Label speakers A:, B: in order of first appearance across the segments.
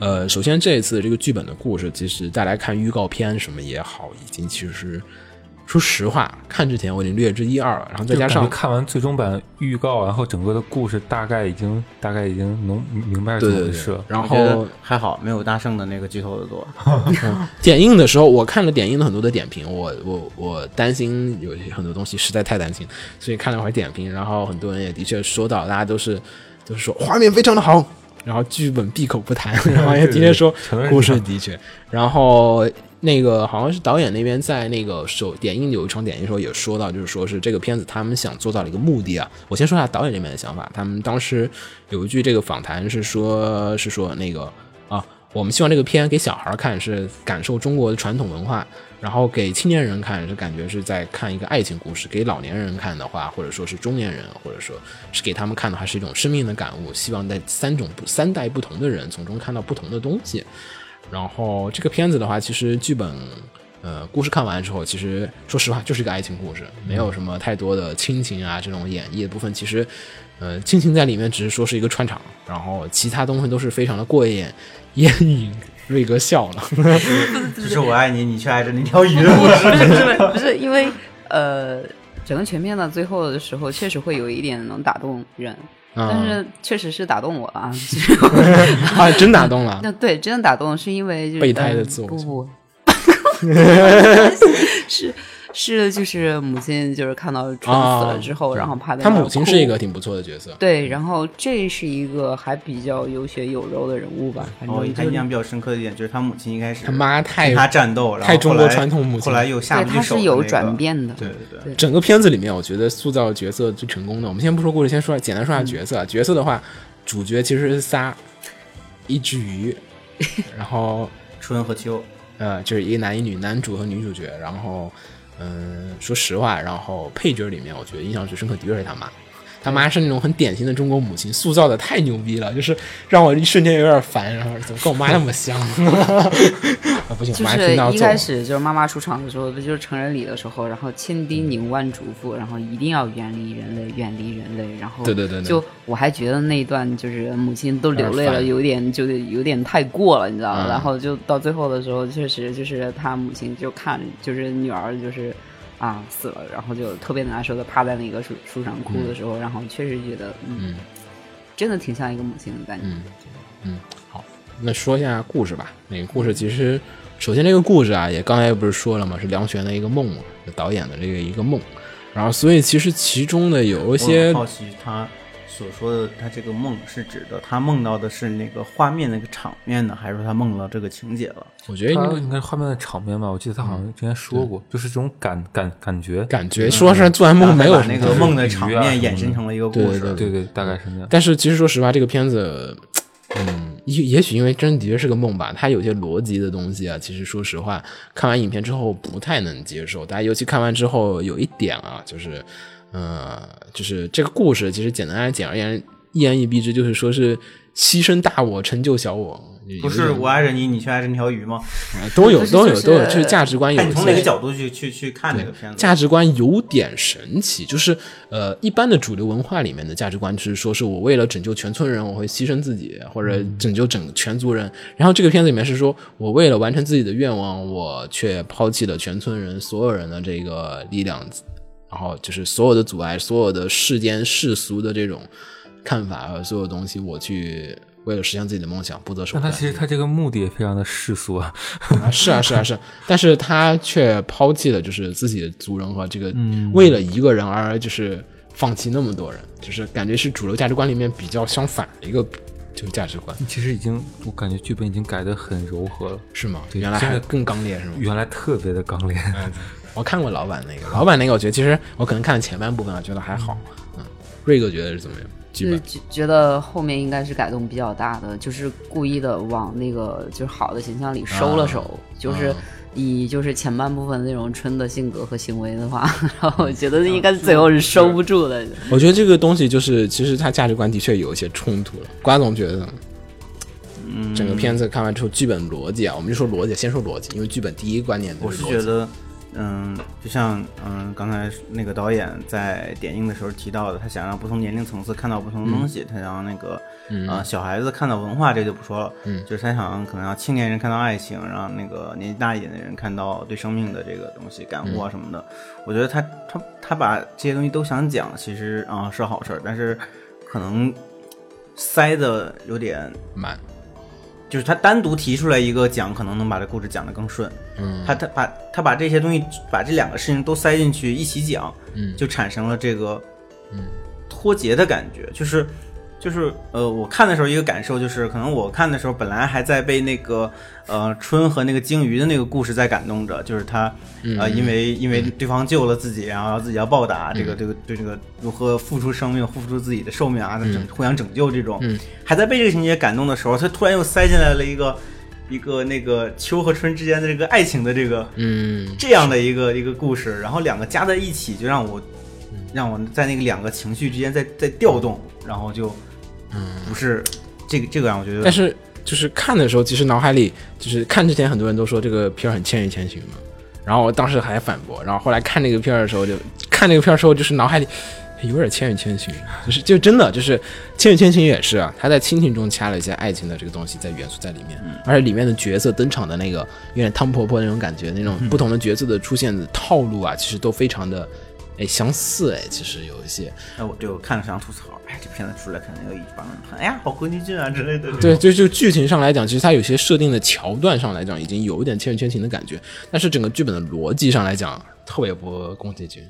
A: 呃，首先这一次这个剧本的故事，其实大家看预告片什么也好，已经其实说实话，看之前我已经略知一二了。然后再加
B: 就感觉
A: 上
B: 看完最终版预告，然后整个的故事大概已经大概已经能明白是
A: 对
B: 怎么
A: 对
B: 回
A: 对
B: 事了。
A: 然
C: 我觉得
A: 后
C: 还好没有大圣的那个剧透的 多。
A: 点映的时候，我看了点映的很多的点评，我我我担心有些很多东西实在太担心，所以看了会儿点评，然后很多人也的确说到，大家都是都是说画面非常的好，然后剧本闭口不谈， 然后也的确说
B: 承认是
A: 故
B: 这
A: 事
B: 样
A: 的确，然后那个好像是导演那边在那个首点映有一场点映的时候也说到，就是说是这个片子他们想做到的一个目的啊。我先说一下导演这边的想法，他们当时有一句这个访谈是说，是说那个啊，我们希望这个片给小孩看是感受中国的传统文化，然后给青年人看是感觉是在看一个爱情故事，给老年人看的话，或者说是中年人，或者说是给他们看的话是一种生命的感悟。希望在三种不三代不同的人从中看到不同的东西。然后这个片子的话，其实剧本，呃，故事看完之后，其实说实话就是一个爱情故事，没有什么太多的亲情啊这种演绎的部分。其实，呃，亲情在里面只是说是一个串场，然后其他东西都是非常的过一眼。烟影瑞哥笑了，
C: 就是我爱你，你却爱着那 条鱼哦的故事。
D: 不是不是不是因为呃，整个全片到最后的时候，确实会有一点能打动人，但
A: 嗯
D: 是确实是打动我了啊。
A: 啊，真打动了。
D: 那对，真的打动是因为就是
A: 备胎的
D: 呃
A: 自我
D: 不
A: 觉
D: 不，是是就是母亲就是看到蠢死了之后，
A: 啊
D: 然后趴在
A: 他
D: 那儿
A: 母亲
D: 哭
A: 是一个挺不错的角色，
D: 对，然后这是一个还比较有血有肉的人物吧，反
C: 我
D: 正就
C: 印象比较深刻的一点就是他母亲一开始
A: 他妈太
C: 跟他战斗，然后
A: 太中国
C: 后来
A: 传统母亲
C: 后来又下
D: 对
C: 不
D: 他
C: 去手、
D: 是有转。变的，
C: 对对对。
D: 对
A: 整个片子里面，我觉得塑造角色最成功的，我们先不说故事，先说简单说
D: 嗯
A: 下角色啊。角色的话，主角其实是仨，一只 鱼，然后
C: 春和秋，
A: 呃，就是一个男一女，男主和女主角。然后，嗯，说实话，然后配角里面，我觉得印象最深刻的确是他妈。他妈是那种很典型的中国母亲，塑造的太牛逼了，就是让我一瞬间有点烦。然后怎么跟我妈那么像？ 啊，不行，我
D: 就
A: 妈
D: 是
A: 听到
D: 一
A: 揍
D: 开
A: 我。
D: 始就是妈妈出场的时候，不就是成人礼的时候，然后千叮
A: 嗯
D: 咛万嘱咐，然后一定要远离人类，远离人类。然后
A: 对对对对
D: 就我还觉得那一段就是母亲都流泪
A: 有点
D: 了，
A: 烦
D: 有点就有点太过了，你知道吗？
A: 嗯
D: 然后就到最后的时候，确实就是他母亲就看就是女儿就是啊死了，然后就特别难受的趴在那个树树上哭的时候，然后确实觉得嗯，
A: 嗯
D: 真的挺像一个母亲的感觉。
A: 嗯嗯，好，那说一下故事吧。那个故事其实，首先这个故事啊，也刚才不是说了吗？是梁璇的一个梦嘛，导演的这个一个梦。然后，所以其实其中的有一
C: 我
A: 些
C: 很好奇他所说的他这个梦是指的他梦到的是那个画面那个场面呢，还是说他梦到这个情节了？
A: 我觉得
B: 他
A: 应
B: 应该是画面的场面吧，我记得他好像之前说过，就是这种感感感觉
A: 该，嗯感觉说是做完梦没有
C: 然后
A: 什
C: 嗯他把
A: 么感
C: 那个
A: 觉
C: 梦的场
B: 鱼啊什
C: 面
B: 么的
C: 衍生成了一个故
A: 对
C: 事。
A: 对
B: 对对，大概是那样。
A: 但是其实说实话，这个片子，嗯，也也许因为真的的确是个梦吧，它有些逻辑的东西啊，其实说实话，看完影片之后不太能接受。大家尤其看完之后有一点啊，就是，呃，就是这个故事其实简单来讲而言，一言以蔽之就是说是牺牲大我成就小我，有一
C: 不是
A: 种
C: 我爱着你，你却爱着那条鱼吗？
A: 都有
D: 不是
A: 都有
D: 就是
A: 都有，就是价值观有
C: 看
A: 一
C: 你
A: 些
C: 从哪个角度去去去看这个片子
A: 价？值观有点神奇，就是呃，一般的主流文化里面的价值观是说，是我为了拯救全村人，我会牺牲自己，或者
C: 嗯
A: 拯救整全族人。然后这个片子里面是说我为了完成自己的愿望，我却抛弃了全村人所有人的这个力量，然后就是所有的阻碍，所有的世间世俗的这种看法和所有东西，我去为了实现自己的梦想不择手
B: 但
A: 段
B: 他。其实他这个目的也非常的世俗啊，
A: 啊，是啊，是啊，是啊，但是他却抛弃了就是自己的族人和这个
B: 嗯
A: 为了一个人而就是放弃那么多人，就是感觉是主流价值观里面比较相反的一个就是价值观，
B: 其实已经我感觉剧本已经改得很柔和了，
A: 是吗？
B: 对
A: 原来
B: 现
A: 还
B: 在
A: 更刚烈是吗？哎
B: 原来特别的刚烈。
A: 我看过老版那个，老版那个我觉得其实我可能看了前半部分啊，觉得还好。嗯，瑞哥觉得是怎么样？剧
D: 就是
A: 本
D: 觉觉得后面应该是改动比较大的，就是故意的往那个就是好的形象里收了手，就是
A: 啊
D: 以就是前半部分那种春的性格和行为的话，
C: 嗯
D: 然后我觉得应该最后是收不住的。
A: 我觉得这个东西就是其实他价值观的确有一些冲突了。瓜总觉得呢，
C: 嗯，
A: 整个片子看完之后，剧本逻辑啊，我们就说逻辑，先说逻辑，因为剧本第一观念
C: 我
A: 就是逻辑。
C: 觉得，嗯，就像嗯刚才那个导演在点映的时候提到的，他想让不同年龄层次看到不同的东
A: 嗯
C: 西，他想让那个、呃小孩子看到文化，这就不说了，嗯，就是他想可能让青年人看到爱情，让那个年纪大一点的人看到对生命的这个东西感悟啊
A: 嗯
C: 什么的。我觉得他他他把这些东西都想讲，其实啊、是好事儿，但是可能塞的有点
A: 满，
C: 就是他单独提出来一个讲，可能能把这故事讲得更顺。嗯，他他把他把这些东西，把这两个事情都塞进去一起讲，嗯，就产生了这个脱节的感觉，就是就是呃，我看的时候一个感受就是，可能我看的时候本来还在被那个呃春和那个鲸鱼的那个故事在感动着，就是他呃因为因为对方救了自己，然后自己要报答这个这个对这个如何付出生命、付出自己的寿命啊，整互相拯救这种，还在被这个情节感动的时候，他突然又塞进来了一个。一个那个秋和春之间的这个爱情的这个
A: 嗯，
C: 这样的一个一个故事，然后两个加在一起，就让我
A: 嗯
C: 让我在那个两个情绪之间在在调动，然后就不是这个这个让我觉
A: 嗯但
C: 得
A: 是就是看的时候，其实脑海里就是看之前很多人都说这个片儿很《千与千寻》嘛，然后我当时还反驳，然后后来看那个片儿的时候就，看那个片儿的时候，就是脑海里哎有点《千与千寻》，就是就真的就是《千与千寻》也是啊，他在亲情中加了一些爱情的这个东西在元素在里面，而且里面的角色登场的那个有点汤婆婆那种感觉，那种不同的角色的出现的套路啊，其实都非常的。哎，相似哎，其实有一些，
C: 那哎我对我看了想吐槽，哎，这片子出来肯定有一帮人喷，哎呀，好宫崎骏啊之类的。
A: 对，，就就剧情上来讲，其实它有些设定的桥段上来讲，已经有一点《千与千寻》的感觉，但是整个剧本的逻辑上来讲，特别不宫崎骏，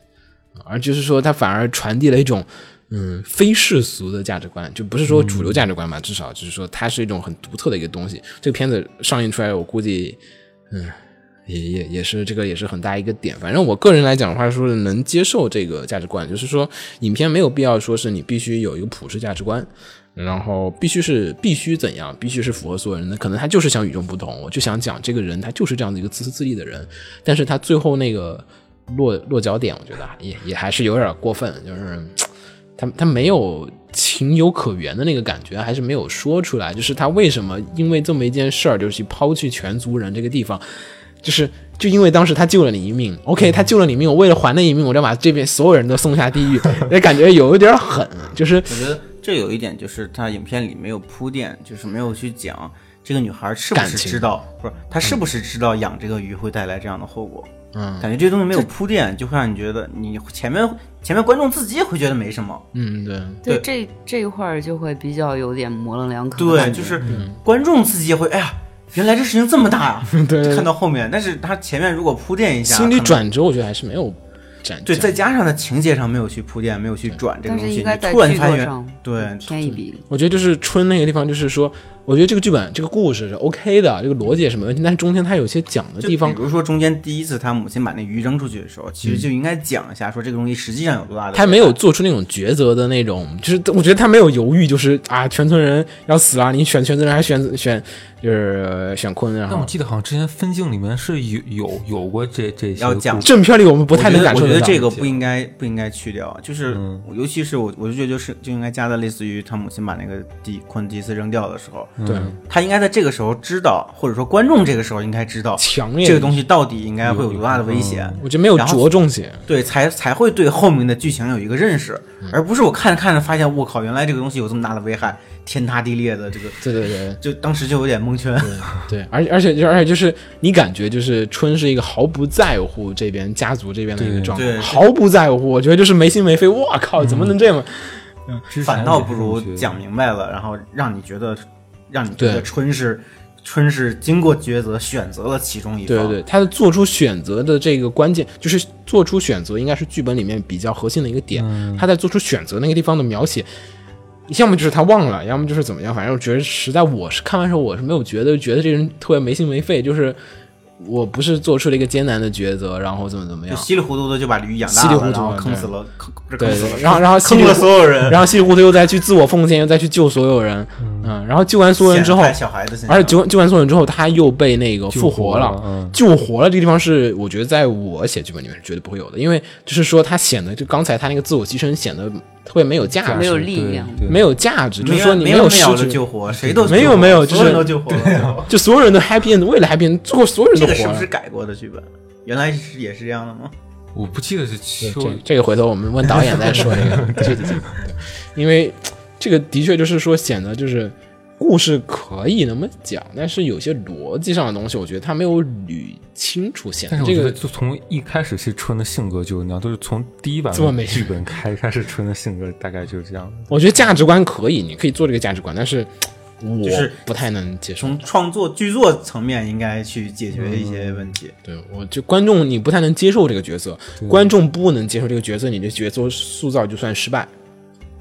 A: 而就是说它反而传递了一种嗯非世俗的价值观，就不是说主流价值观吧，至少就是说它是一种很独特的一个东西。这个片子上映出来，我估计嗯也也也是这个也是很大一个点。反正我个人来讲的话，说是能接受这个价值观，就是说影片没有必要说是你必须有一个普世价值观，然后必须是必须怎样，必须是符合所有人的。可能他就是想与众不同，我就想讲这个人他就是这样的一个自私自利的人，但是他最后那个落落脚点，我觉得也也还是有点过分，就是。他他没有情有可原的那个感觉，还是没有说出来。就是他为什么因为这么一件事儿，就是去抛弃全族人这个地方，就是就因为当时他救了你一命，OK，他救了你一命，我为了还那一命，我就要把这边所有人都送下地狱，也感觉有一点狠。就是
C: 我觉得这有一点就是他影片里没有铺垫，就是没有去讲这个女孩是不
A: 感
C: 是
A: 情
C: 知道，不是她是不是知道养这个鱼会带来这样的后果。
A: 嗯，
C: 感觉这东西没有铺垫，就会让你觉得你前面前面观众自己会觉得没什么，
A: 嗯，对，
D: 对
C: 对
D: 这这块儿就会比较有点模棱两可的
C: 对，
D: 感觉。
C: 就是
A: 嗯
C: 观众自己也会，哎呀，原来这事情这么大呀、
A: 对对
C: 看到后面，但是他前面如果铺垫一下，
A: 心理
C: 可能，
A: 转折，我觉得还是没有展
C: 对，
A: 展
C: 再加上他情节上没有去铺垫，没有去转这个
D: 但
C: 东
D: 是
C: 西，
D: 应该
C: 你
D: 在
C: 突然
D: 剧
C: 发
D: 作
C: 现，
D: 上
C: 对，
D: 添一笔。
A: 我觉得就是春那个地方，就是说，我觉得这个剧本、这个故事是 OK 的，这个逻辑也是没问题，但是中间它有些讲的
C: 就
A: 地方嗯
C: 比，如说中间第一次他母亲把那鱼扔出去的时候，其实就应该讲一下，说这个东西实际上有多大的，
A: 他没有，做出那种抉择的那种，就是我觉得他没有犹豫，就是啊，全村人要死了，你选全村人还是选选就是呃选坤，然
B: 但我
A: 后
B: 记得好像之前分镜里面是有有有过这这些
C: 要讲
B: 故事
A: 正片里我们不太能感受
C: 我觉
A: 得
C: 得
A: 到
C: 这个不应该不应该去掉，就是、
B: 嗯
C: 尤其是我，我就觉得就是就应该加在类似于他母亲把那个第昆第一次扔掉的时候，
A: 嗯对
C: 他应该在这个时候知道，或者说观众这个时候应该知道
A: 强烈嗯
C: 这个东西到底应该会有多大的危险，
A: 我觉得没有
C: 然后
A: 着重写，
C: 对，才才会对后面的剧情有一个认识，
A: 嗯
C: 而不是我看着看着发现，我靠，原来这个东西有这么大的危害，天塌地裂的这个，
A: 对对对。
C: 就当时就有点蒙圈。
A: 对，而且而且就是而且就是你感觉就是春是一个毫不在乎这边家族这边的一个
B: 对
A: 状
C: 对
A: 况，
C: 嗯
A: 毫不在乎，我觉得就是没心没肺。我靠，怎么能这样？
B: 之前
C: 反倒不如
B: 也是这么觉得
C: 讲明白了，然后让你觉得，让你觉
A: 对
C: 得春是春是经过抉择选择了其中一
A: 对
C: 方，
A: 对对，他的做出选择的这个关键，就是做出选择，应该是剧本里面比较核心的一个点。
C: 嗯
A: 他在做出选择那个地方的描写，要么就是他忘了，要么就是怎么样，反正我觉得实在我是看完之后我是没有觉得觉得这人特别没心没肺，就是我不是做出了一个艰难的抉择，然后怎么怎么
C: 就
A: 样。
C: 稀里糊涂的就把驴养大
A: 稀
C: 了，
A: 里糊涂的
C: 然后坑死了，坑不是
A: 对
C: 坑死
A: 对
C: 了，
A: 然后然后稀里
C: 坑了所有 人，
A: 然后稀里糊涂又再去自我奉献，又再去救所有人，嗯，然后救完所有人之后
C: 显，在小孩子身上，
A: 而且救救完所有人之后，他又被那个复活
B: 救活了嗯
A: 救活了这个地方是我觉得在我写剧本里面是绝对不会有的，因为就是说他显得就刚才他那个自我牺牲显得特别没有价值，
D: 没有力量
B: 对对
A: 没有价值，就是
C: 没
A: 说你
C: 啊没
A: 有
C: 有
A: 失
C: 秒的
A: 去，
C: 救活，谁都
A: 没有
C: 救活
A: 没有就
C: 所有人
A: 是
C: 都救 活了。
A: 就所有人都 happy end，为了 happy end，最后所有人
C: 这
A: 都
C: 个
A: 活
C: 是不
A: 了
C: 是。改过的剧本？原来是也是这样的吗？
B: 我不记得是
A: 对
B: 秋
A: 这这个回头我们问导演再说这个 这几集，对因为这个的确就是说显得就是故事可以那么讲，但是有些逻辑上的东西，我觉得他没有捋清楚，显
B: 但是
A: 得
B: 我
A: 这
B: 觉得，
A: 个
B: 就从一开始是春的性格就那样，都是从第一版
A: 这么没
B: 的剧本开开始，春的性格大概就是这样的。
A: 我觉得价值观可以，你可以做这个价值观，但是我
C: 就是
A: 不太能接受。
B: 嗯
C: 从创作剧作层面应该去解决一些问题。
A: 对，我就观众你不太能接受这个角色，观众不能接受这个角色，你的角色塑造就算失败。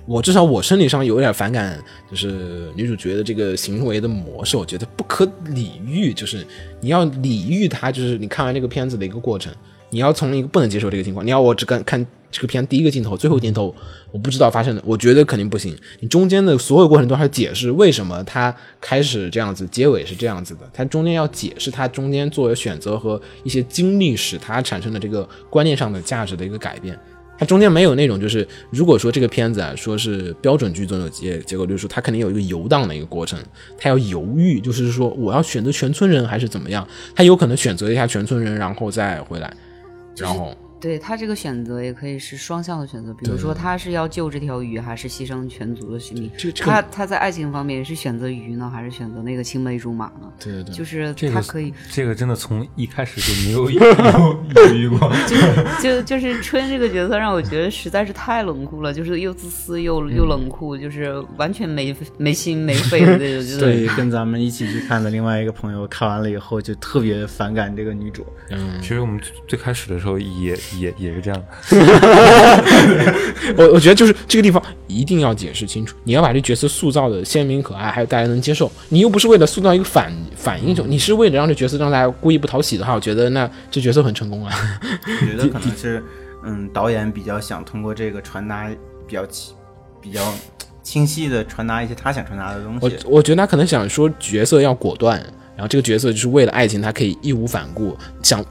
A: 我至少我生理上有点反感，就是女主角的这个行为的模式，我觉得不可理喻。就是你要理喻她，就是你看完这个片子的一个过程，你要从一个不能接受这个情况，你要我只看看这个片第一个镜头、最后一个镜头，我不知道发生的，我觉得肯定不行。你中间的所有过程都还要解释为什么他开始这样子，结尾是这样子的，他中间要解释他中间作为选择和一些经历使他产生的这个观念上的价值的一个改变。它中间没有那种就是，如果说这个片子啊，说是标准剧总有结结果论述，它肯定有一个游荡的一个过程，它要犹豫，就是说我要选择全村人还是怎么样，他有可能选择一下全村人，然后再回来，然后
D: 对他这个选择也可以是双向的选择，比如
A: 对
D: 说他是要救这条鱼，还是牺牲全族的性命？
A: 这这个
D: 他他在爱情方面是选择鱼呢，还是选择那个青梅竹马呢？
A: 对对对，
D: 就是
B: 这
D: 他
B: 个
D: 可以，
B: 这个真的从一开始就 没有犹豫过。
D: 就就是春这个角色让我觉得实在是太冷酷了，就是又自私又又
A: 嗯
D: 冷酷，就是完全没没 心没肺的那种，就是
C: 对，跟咱们一起去看的另外一个朋友看完了以后，就特别反感这个女主。
A: 嗯
B: 其实我们最最开始的时候也也也是这样，
A: 我我觉得就是这个地方一定要解释清楚，你要把这角色塑造的鲜明可爱，还有大家能接受。你又不是为了塑造一个反反英雄，你是为了让这角色让大家故意不讨喜的话，我觉得那这角色很成功啊。
C: 我觉得可能是，嗯，导演比较想通过这个传达比较清比较清晰的传达一些他想传达的东
A: 我
C: 西。啊
A: 我觉得他可能想说角色要果断，然后这个角色就是为了爱情，他可以义无反顾，想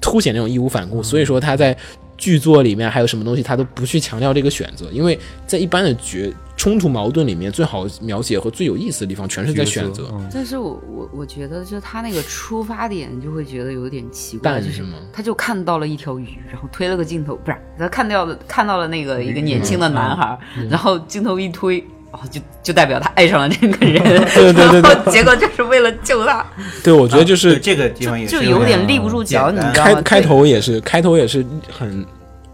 A: 凸显那种义无反顾。所以说他在剧作里面还有什么东西，他都不去强调这个选择，因为在一般的角冲突矛盾里面，最好描写和最有意思的地方全是在选择。
B: 嗯
D: 但是我我我觉得，就是他那个出发点就会觉得有点奇怪，
A: 淡
D: 就是
A: 是吗
D: 他就看到了一条鱼，然后推了个镜头，不是他看到了看到了那个一个年轻的
A: 嗯
D: 男孩，然后镜头一推，哦，就就代表他爱上了这个人，
A: 对对对对
D: 然后结果就是为了救他，
A: 对，我觉得就
C: 对
A: 是
C: 这个地方也
D: 就是就有点
C: 嗯
D: 立不住脚，
C: 简
D: 你
C: 单
D: 知道
A: 开
D: 吗？
A: 开
D: 对
A: 头也是，开头也是很，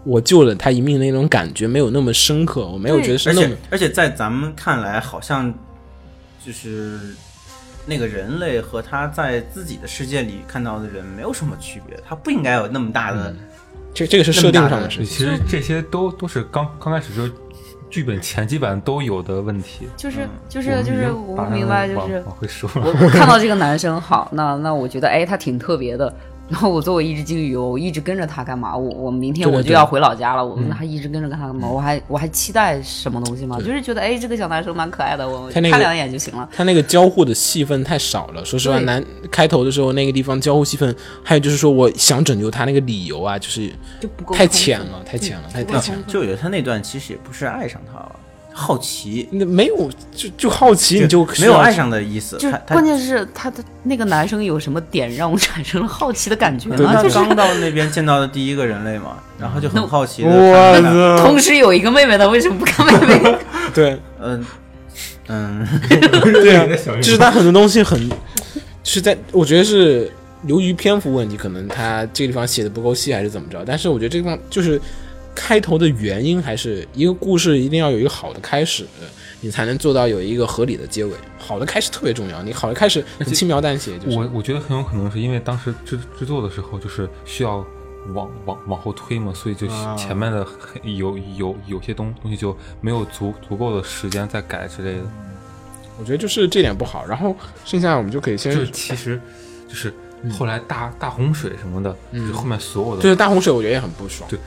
A: 我救了他一命的那种感觉没有那么深刻，我没有
D: 对
A: 觉得是
C: 而
A: 那
C: 且
A: 么
C: 而且在咱们看来，好像就是那个人类和他在自己的世界里看到的人没有什么区别，他不应该有那么大
A: 嗯
C: 的。
A: 这这个是设定上的事
B: 对，
A: 情。
B: 其实这些都都是刚刚开始就剧本前几版都有的问题。
D: 就是
C: 嗯
D: 就是就是
B: 我
D: 我不明白，就
B: 往
D: 是
B: 往回说，
D: 我我看到这个男生好，那那我觉得哎，他挺特别的。然后我作为一只金鱼，我一直跟着他干嘛？我我明天
A: 对对嗯
D: 我就
A: 对
D: 要回老家了，我那还一直跟着他干嘛？我还我还期待什么东西吗？就是觉得哎，这个小男生蛮可爱的，我
A: 他
D: 看
A: 那个
D: 两眼就行了。
A: 他那个交互的戏份太少了，说实话，
D: 对
A: 男开头的时候那个地方交互戏份，还有就是说我想拯救他那个理由啊，就是
D: 就不够
A: 太
D: 充分
A: 浅了，太浅了，太太浅了。
C: 就我觉得他那段其实也不是爱上他了，好奇，
A: 那没有就就好奇，你就啊
C: 没有爱。上的意思。
D: 就是
C: 他他
D: 关键是他的那个男生有什么点让我产生了好奇的感觉
C: 可能
D: 呢？
C: 他
D: 就是
C: 刚到那边见到的第一个人类嘛，然后就很好奇的，
D: 同时有一个妹妹的，为什么不看妹 妹？
A: 对
C: 嗯嗯，
A: 对 啊，
B: 小
A: 就是他很多东西很是在，我觉得是由于篇幅问题，可能他这个地方写的不够细还是怎么着。但是我觉得这个地方就是开头的原因，还是一个故事一定要有一个好的开始，你才能做到有一个合理的结尾。好的开始特别重要，你好的开始很轻描淡写，就是
B: 我我觉得很有可能是因为当时制制作的时候就是需要往往往后推嘛，所以就
A: 啊
B: 前面的很有有有些东东西就没有足足够的时间再改之类的。
A: 我觉得就是这点不好。然后剩下我们就可以先
B: 就是其实就是后来大大洪水什么的，就是后面所有
A: 嗯对
B: 的
A: 大洪水，我觉得也很不爽。
B: 对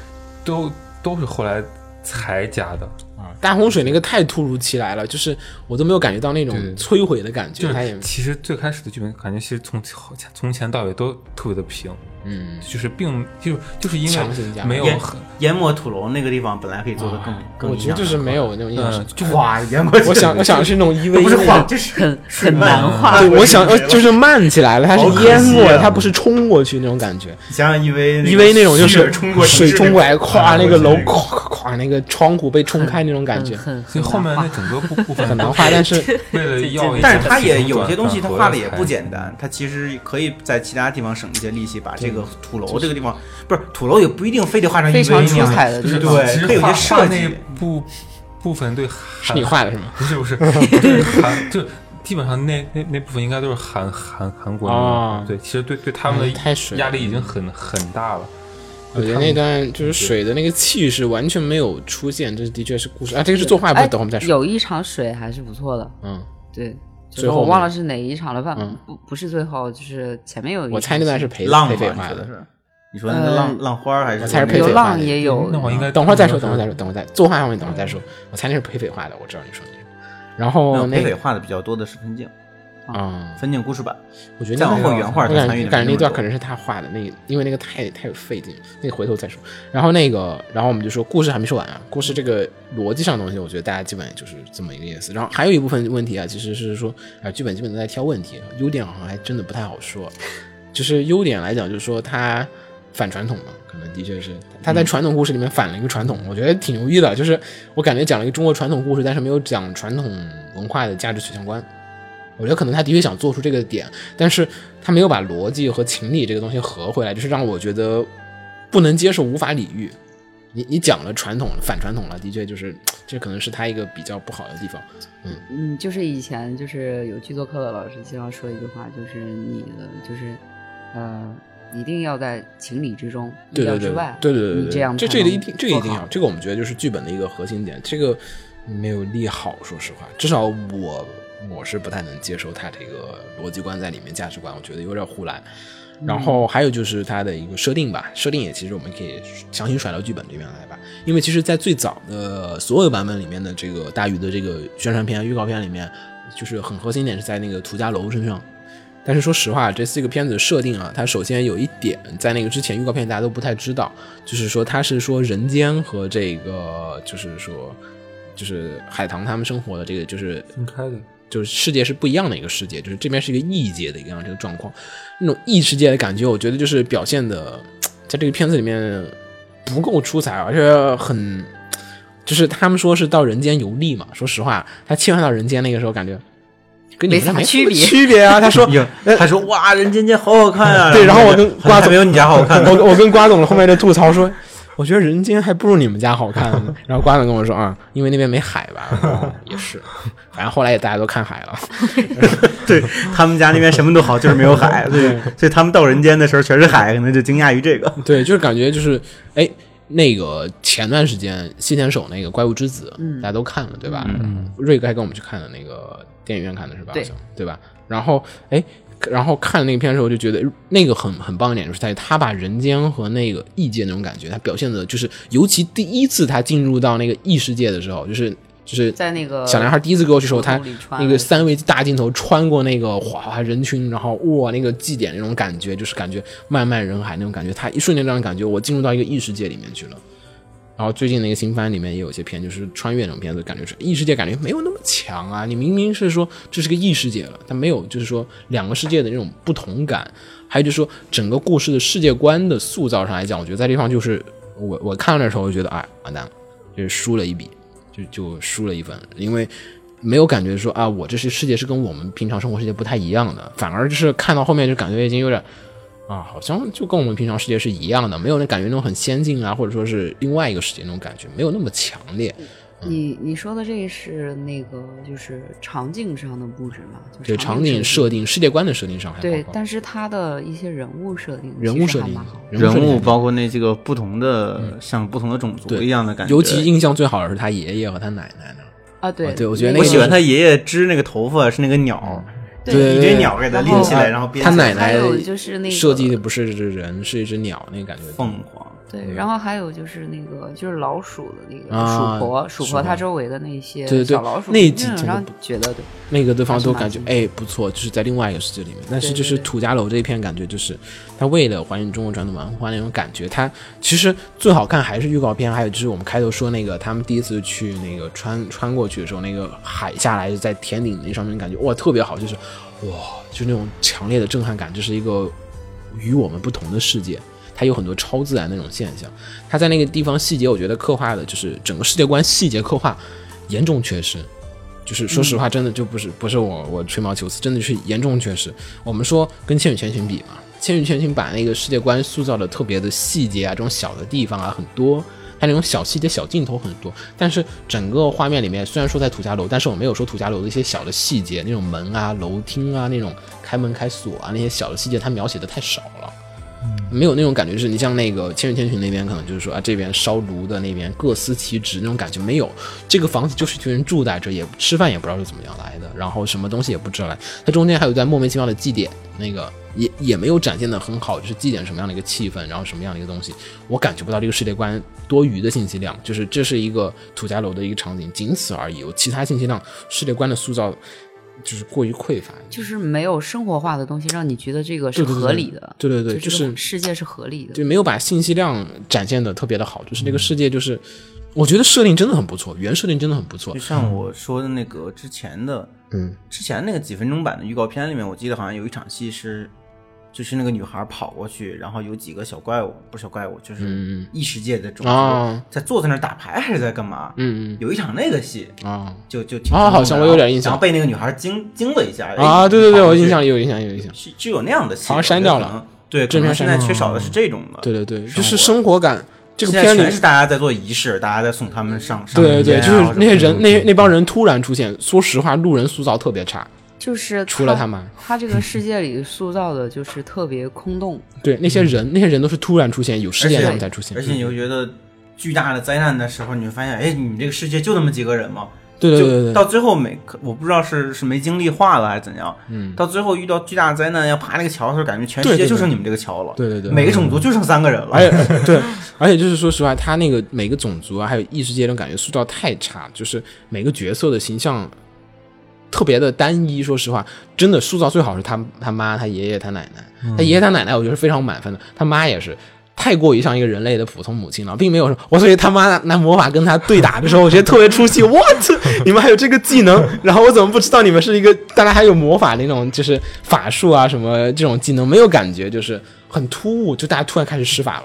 B: 都都是后来才加的。
A: 啊，大洪水那个太突如其来了，就是我都没有感觉到那种
B: 对对对
A: 摧毁的感觉，
B: 就
A: 它也
B: 是其实最开始的剧本感觉，其实从好像从前到尾都特别的平，
A: 嗯，
B: 就是并就就是因
A: 强行加
B: 为没有
C: 淹
B: 很
C: 淹没土楼那个地方本来可以做的更更
A: 我觉得就是没有那种印象
B: 嗯，
A: 深。
B: 就
C: 哗淹过去。
A: 我想，我想的是那种一 v
C: 不是
A: 一
C: 晃，。这 是
D: 很
C: 水
D: 很
C: 漫
D: 难画
A: 对，我想，我呃就是漫起来了，它
C: 好可
A: 是
C: 惜啊
A: 淹过了，它不是冲过去那种感觉。
C: 你想想 EV
A: 因为那种就
C: 虚
A: 是
C: 影冲过城
A: 水
C: 市
A: 冲过来，咵，那个楼咵
C: 过去
A: 咵咵，那个窗户被冲开那种感觉，
D: 很
B: 所以
D: 很
B: 后面
D: 难画
B: 那整个部 部分
A: 很难画。但是
B: 为了要一些
C: 但是他也
B: 起承
C: 有
B: 转
C: 些东西，他
B: 合
C: 画的也
B: 才
C: 不简单，他其实可以在其他地方省一些力气，把这个土楼这个地方，不是土楼也不一定非得画成
D: 非
C: EV
D: 常
C: 那
D: 出彩
C: 样，
D: 的
B: 就
D: 地
B: 是
D: 方，
C: 对
B: 其实
C: 可以有
B: 画
C: 些设
B: 画
C: 计
B: 那部部分对
A: 是
B: 韩
A: 你画的是吗？
B: 不是 不是对韩就基本上那那那部分应该都是韩韩韩国人
A: 哦
B: 对，其实对对他们
A: 嗯太
B: 的
A: 水
B: 压力已经很很大了。
A: 我觉得那段
D: 嗯
A: 就是水的那个气势完全没有出现，这的确是故事啊，这个是作画部
D: 哎
A: 分，等会儿我们再说。
D: 有一场水还是不错的，
A: 嗯，
D: 对，就
A: 最
D: 是
A: 后
D: 我忘
A: 吗
D: 了是哪一场了，吧
A: 嗯？
D: 不不是最后，就是前面有一
A: 我猜
D: 场
A: 那段
D: 戏
A: 是裴
C: 浪
A: 裴斐
C: 嘛，你
A: 画
C: 说的
A: 的。
C: 是？你说那个
D: 呃
C: 浪浪花儿还是
A: 我猜是
C: 那个
A: 裴
D: 有
A: 斐画
D: 浪
A: 的
D: 也有，
B: 那我应该
A: 嗯等会儿再说，等会儿再说，等会儿再作画方面等会儿再说。我猜那是裴斐画的，我知道你说的是。然
C: 没有
A: 后哦那
C: 嗯裴斐
A: 个，
C: 画的比较多的是分镜，
A: 嗯，
C: 分镜故事版，
A: 我觉得
C: 再
A: 那
C: 往
A: 个
C: 后原画
A: 我
C: 他
A: 感
C: 参与
A: 觉
C: 的
A: 感觉那段可
C: 能
A: 能是他画的，那个因为那个太太费劲，那个回头再说。然后那个，然后我们就说故事还没说完啊，故事这个逻辑上的东西，我觉得大家基本就是这么一个意思。然后还有一部分问题啊，其实是说啊，剧本基本都在挑问题，优点好像还真的不太好说。就是优点来讲，就是说它反传统嘛，可能的确是它
C: 嗯
A: 在传统故事里面反了一个传统，我觉得挺牛逼的。就是我感觉讲了一个中国传统故事，但是没有讲传统文化的价值取向观。我觉得可能他的确想做出这个点，但是他没有把逻辑和情理这个东西合回来，就是让我觉得不能接受，无法理喻。你你讲了传统了，反传统了，的确就是这可能是他一个比较不好的地方。
D: 嗯，就是以前就是有剧作课的老师经常说一句话，就是你的就是呃，一定要在情理之中，意
A: 对
D: 料
A: 对
D: 之
A: 对
D: 外，，
A: 对对对
D: 你
A: 对，
D: 这样
A: 这
D: 才
A: 这个
D: 能
A: 一定这个一
D: 做
A: 定
D: 好
A: 要，这个我们觉得就是剧本的一个核心点，这个没有立好，说实话，至少我我是不太能接受他这个逻辑观在里面，价值观我觉得有点胡来。
D: 嗯
A: 然后还有就是它的一个设定吧，设定也其实我们可以强行甩到剧本这边来吧，因为其实，在最早的所有版本里面的这个大鱼的这个宣传片、预告片里面，就是很核心点是在那个涂家楼身上，但是说实话，这四个片子的设定啊，它首先有一点在那个之前预告片大家都不太知道，就是说它是说人间和这个就是说就是海棠他们生活的这个就是
B: 分开的，
A: 就是世界是不一样的一个世界，就是这边是一个异界的一个样这个状况，那种异世界的感觉，我觉得就是表现的在这个片子里面呃不够出彩，啊而且很就是他们说是到人间游历嘛，说实话，他切换到人间那个时候感觉。跟你们
D: 没
A: 家
D: 啥
A: 没
D: 区
A: 什么
D: 别
A: 区别啊！他 说
C: 有，他说哇，人间间好好看啊，
A: 对然后我跟
C: 还
A: 瓜子
C: 没有你家好看，
A: 我我跟瓜总后面就吐槽说，我觉得人间还不如你们家好看。然后瓜总跟我说啊，因为那边没海吧，我说哦也是，反正后来也大家都看海了。
C: 对 他们家那边什么都好，就是没有 海，对，所以他们到人间的时候全是海，可能就惊讶于这个。
A: 对，就是感觉就是哎，那个前段时间西田守那个《怪物之子》，大家都看了对吧？瑞哥还跟我们去看的那个电影院看的是吧？
D: 对
A: 好像对吧？然后哎。然后看那个片的时候，就觉得那个很很棒一点，就是在于他把人间和那个异界那种感觉，他表现的就是，尤其第一次他进入到那个异世界的时候，就是就是
D: 在那个
A: 小男孩第一次过去的时候，
D: 国度
A: 他
D: 里穿
A: 那个
D: 了
A: 三维大镜头穿过那个哗哗人群，然后哇那个祭典那种感觉，就是感觉漫漫人海那种感觉，他一瞬间这样感觉，我进入到一个异世界里面去了。然后最近那个新番里面也有一些片，就是穿越那种片子，感觉是异世界感觉没有那么强啊。你明明是说这是个异世界了，但没有就是说两个世界的那种不同感。还有就是说整个故事的世界观的塑造上来讲，我觉得在这地方就是我我看的时候就觉得哎完蛋了，就是输了一笔，就就输了一分，因为没有感觉说啊我这是世界是跟我们平常生活世界不太一样的，反而就是看到后面就感觉已经有点。啊，好像就跟我们平常世界是一样的，没有那感觉那种很先进啊，或者说是另外一个世界那种感觉，没有那么强烈。
D: 你你说的这是那个就是场景上的布置嘛？就
A: 对场景
D: 设
A: 设
D: 计。
A: 定、世界观的设定上还
D: 对，
A: 好。
D: 但是他的一些人物设定，
A: 人物设
D: 还
A: 定
D: 蛮好，
A: 人设定还
C: 括那这个不同的像不同的种族
A: 对
C: 样的感
A: 尤其印象最好的是他爷爷和他奶奶呢。
D: 啊。对
A: 啊对我觉得那
C: 我
A: 个
C: 喜欢
A: 是
C: 他爷爷织那个头发是那个鸟，
D: 对
A: 对
C: 一堆鸟给他
D: 然
C: 拎
D: 后
C: 起来，然后编
A: 他
C: 起来
A: 奶奶
D: 还有就是那个
A: 设计的不是一只人，是一只鸟，那个感觉。
C: 凤凰，
A: 嗯
D: 对，然后还有就是那个就是老鼠的那个
A: 啊
D: 鼠婆，鼠
A: 鼠
D: 婆它
A: 婆
D: 周围的那些
A: 对对对
D: 小老鼠，
A: 那一集
D: 就
A: 真的
D: 让
A: 不
D: 觉得对
A: 那个的方都
D: 还
A: 感
D: 是
A: 觉
D: 蛮
A: 哎不错，就是在另外一个世界里面。但是
D: 对对
A: 就是
D: 对
A: 土家楼这一片感觉，就是它为了还原中国传统文化那种感觉，它其实最好看还是预告片，还有就是我们开头说那个他们第一次去那个穿穿过去的时候，那个海下来在田顶那上面，感觉哇特别好，就是哇就那种强烈的震撼感，这是一个与我们不同的世界。它有很多超自然的那种现象，它在那个地方细节，我觉得刻画的就是整个世界观细节刻画严重缺失。就是说实话，真的就不是不是我我吹毛求疵，真的是严重缺失。我们说跟《千与千寻》比嘛，《千与千寻》把那个世界观塑造的特别的细节啊，这种小的地方啊很多，它那种小细节、小镜头很多。但是整个画面里面，虽然说在土家楼，但是我没有说土家楼的一些小的细节，那种门啊、楼厅啊、那种开门开锁啊那些小的细节，它描写的太少了。没有那种感觉，就是你像那个《千与千寻》那边，可能就是说啊，这边烧炉的那边各司其职那种感觉没有。这个房子就是一群人住在这，也吃饭也不知道是怎么样来的，然后什么东西也不知道来。它中间还有一段莫名其妙的祭典，那个也也没有展现的很好，就是祭典什么样的一个气氛，然后什么样的一个东西，我感觉不到这个世界观多余的信息量，就是这是一个土家楼的一个场景，仅此而已。有其他信息量，世界观的塑造就是过于匮乏。
D: 就是没有生活化的东西，让你觉得这个是
A: 对对对
D: 合理的。
A: 对对对，
D: 就
A: 就
D: 这
A: 是
D: 个世界是合理的。
A: 对，没有把信息量展现的特别的好，就是这个世界就是，我觉得设定真的很不错，原设定真的很不错
C: 就，像我说的那个之前的，
A: 嗯，
C: 之前那个几分钟版的预告片里面，我记得好像有一场戏是，就是那个女孩跑过去，然后有几个小怪物，不是小怪物，就是
A: 嗯
C: 异世界的种
A: 啊
C: 族，在坐在那儿打牌还是在干嘛？
A: 嗯
C: 有一场那个戏，
A: 嗯啊
C: 就就挺
A: 啊
C: 冲动的
A: 好像我有点印象
C: 然后被那个女孩惊惊了一下哎
A: 啊，对对对，我印象
C: 有，
A: 有印象有印象，
C: 是就有那样的戏，
A: 好像删掉了
C: 我觉得可能。对，可
A: 正
C: 能
A: 片
C: 现
A: 删
C: 在缺少的是这种的。
A: 对对对，
C: 生
A: 就是
C: 活
A: 生活感，这个
C: 现在
A: 片里
C: 全是大家在做仪式，大家在送他们上上
A: 对对对，
C: 人
A: 就
C: 间啊
A: 是那些
C: 或者
A: 人那那帮人突然出现，说实话，路人塑造特别差，
D: 就是
A: 除了他妈，
D: 他这个世界里塑造的就是特别空洞。
A: 对那些人那些人都是突然出现，有事件
C: 而且
A: 他们才出现，
C: 而且你会觉得巨大的灾难的时候，你会发现，哎，你们这个世界就那么几个人吗？
A: 对对对
C: 就
A: 对
C: 到
A: 对，
C: 最后没，可我不知道是是没精力画了还是怎样。嗯，到最后遇到巨大的灾难要爬那个桥的时候，感觉全世
A: 对
C: 界
A: 对对
C: 就剩你们这个桥了。
A: 对对对哎
C: 每个种族就剩三个人了。
A: 而且对，而且就是说实话，他那个每个种族啊，还有异世界那种感觉塑造太差，就是每个角色的形象特别的单一。说实话，真的塑造最好是他他妈、他爷爷、他奶奶。他爷爷、他奶奶，我觉得是非常满分的。他妈也是。太过于像一个人类的普通母亲了，并没有说，我所以他妈拿魔法跟他对打的时候，我觉得特别出戏。What？你 们还有这个技能？然后我怎么不知道你们是一个大家还有魔法那种，就是法术啊什么这种技能，没有感觉，就是很突兀，就大家突然开始施法了。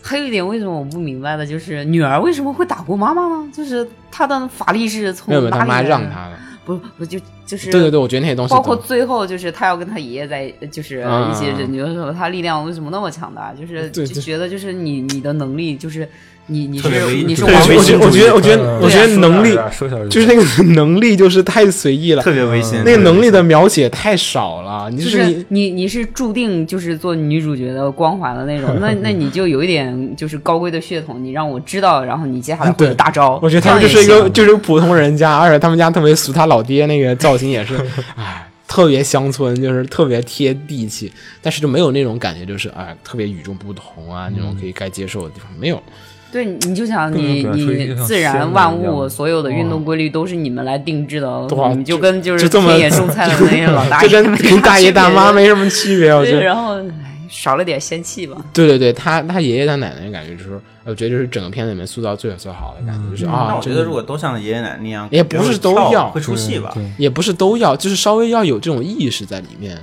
D: 还有一点，为什么我不明白的就是，女儿为什么会打过妈妈呢？就是她的法力是从
A: 没有没有，
D: 哪
A: 他
D: 里来
A: 妈
D: 的
A: 让，他了。
D: 不不就就是
A: 对对对，我觉得那些东西
D: 包括
A: 都
D: 最后就是他要跟他爷爷在就是
A: 嗯
D: 一起拯救的时候，他力量为什么那么强大？就是
A: 对
D: 就
A: 对
D: 觉得就是你你的能力就是你你
C: 特别
D: 是
C: 唯
D: 你是
C: 特别
D: 王
C: 唯
A: 我
D: 国
A: 觉
C: 心
D: 之
A: 得我觉得我觉
B: 对
C: 呃
A: 得
B: 啊
A: 我觉得能力
B: 说小
A: 就是那个能力就是太随意了，
C: 特别危险，
A: 那个能力的描写太少了，你
D: 就
A: 就是
D: 是
A: 你。
D: 你你是注定就是做女主角的光环的那 种，那那你就有一点就是高贵的血统，你让我知道，然后你接下来会有
A: 嗯对
D: 大招。
A: 我觉得他们
D: 这
A: 就
D: 样
A: 是一
D: 也
A: 个
D: 行
A: 就是普通人家，而且他们家特别俗，他老爹那个造型也是，哎，特别乡村，就是特别贴地气，但是就没有那种感觉，就是哎，特别与众不同啊，那种可以该接受的地方没有。
D: 对，你你就想
B: 更
D: 你
B: 表示一
D: 你
B: 种
D: 自然
B: 仙
D: 万
B: 人一样
D: 物
B: 的
D: 所有的运动规律都是你们来定制的哦，
A: 对啊
D: 你们就跟就
A: 就是这么
D: 田野种菜的那些老大
A: 这
D: 爷
A: 跟
D: 们
A: 跟大爷大妈
D: 没
A: 没什么区别，
D: 啥
A: 我
D: 区
A: 觉得
D: 别。对，。然后唉少了点仙气吧。
A: 对对对，他他爷爷他奶奶的感觉就是，我觉得就是整个片子里面塑造最最好的感觉，就是啊，
C: 那我觉
A: 这
C: 得
A: 个
C: 如果都像爷爷奶奶那样，
A: 也不是都
C: 跳
A: 要
C: 会出戏吧？
B: 对，
A: 也不是都要，就是稍微要有这种意识在里面。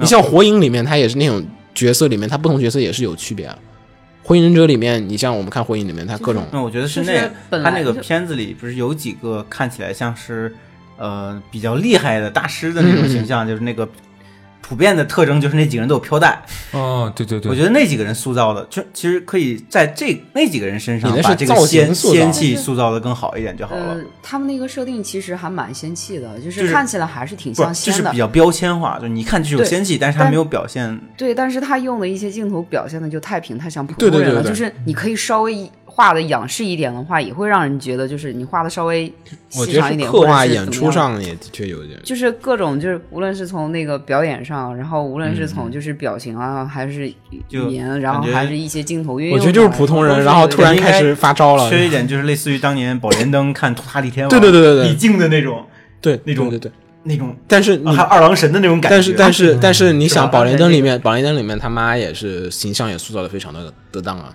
A: 你像《火影》里面，它也是那种角色里面，它不同角色也是有区别啊。《火影忍者》里面，你像我们看《火影》里面，它各种
C: 那我觉得是
D: 就是
C: 那
D: 本
C: 他
D: 来
C: 那个
D: 就
C: 片子里不是有几个看起来像是呃比较厉害的大师的那种形 象，就是那个普遍的特征就是那几个人都有飘带。
B: 哦，对对对，
C: 我觉得那几个人塑造的，就其实可以在这那几个人身上
A: 你那是
C: 把这个
A: 造型
C: 仙
A: 塑造
C: 仙气塑造的更好一点
A: 嗯
C: 就好了
D: 呃。，他们那个设定其实还蛮仙气的，就
C: 就是是
D: 看起来还是挺
C: 不
D: 像
C: 是，就
D: 仙
C: 是
D: 的
C: 比。较标签化，就你一看就是有
D: 对
C: 仙气，但是他
D: 但
C: 没有表现。
D: 对，但是他用的一些镜头表现的就太平太像普
A: 对
D: 通
A: 对
D: 人
A: 对
D: 了，
A: 对
D: 就是你可以稍微画的仰视一点的话，也会让人觉得就是你画的稍微
A: 我
C: 嗯
D: 细
A: 觉
D: 长一
A: 得
D: 点，
A: 是刻画
D: 或者是
A: 演
D: 怎么
A: 出
C: 啊
D: 样
A: 上也的确有一点，
D: 就是各种就是无论是从那个表演上，然后无论是
A: 嗯
D: 从就是表情啊，还是
C: 就
D: 语言，然后
C: 感觉
D: 还是一些镜头运
A: 我
D: 用上
A: 觉
D: 来，
A: 得就是普通人，然后突然开始发招了，
C: 缺一点就是类似于当年宝莲灯看《托塔李天王》
A: 对对对对对
C: 李靖的那种
A: 对
C: 那种
A: 对对对，
C: 那种，
A: 但是你
C: 啊还有二郎神的那种感觉。啊
A: 但是但是但是你
C: 是
A: 想，
C: 吧
A: 《宝莲灯》
C: 而且
A: 里面，《宝莲灯》里面他妈也是形象也塑造的非常的得当啊，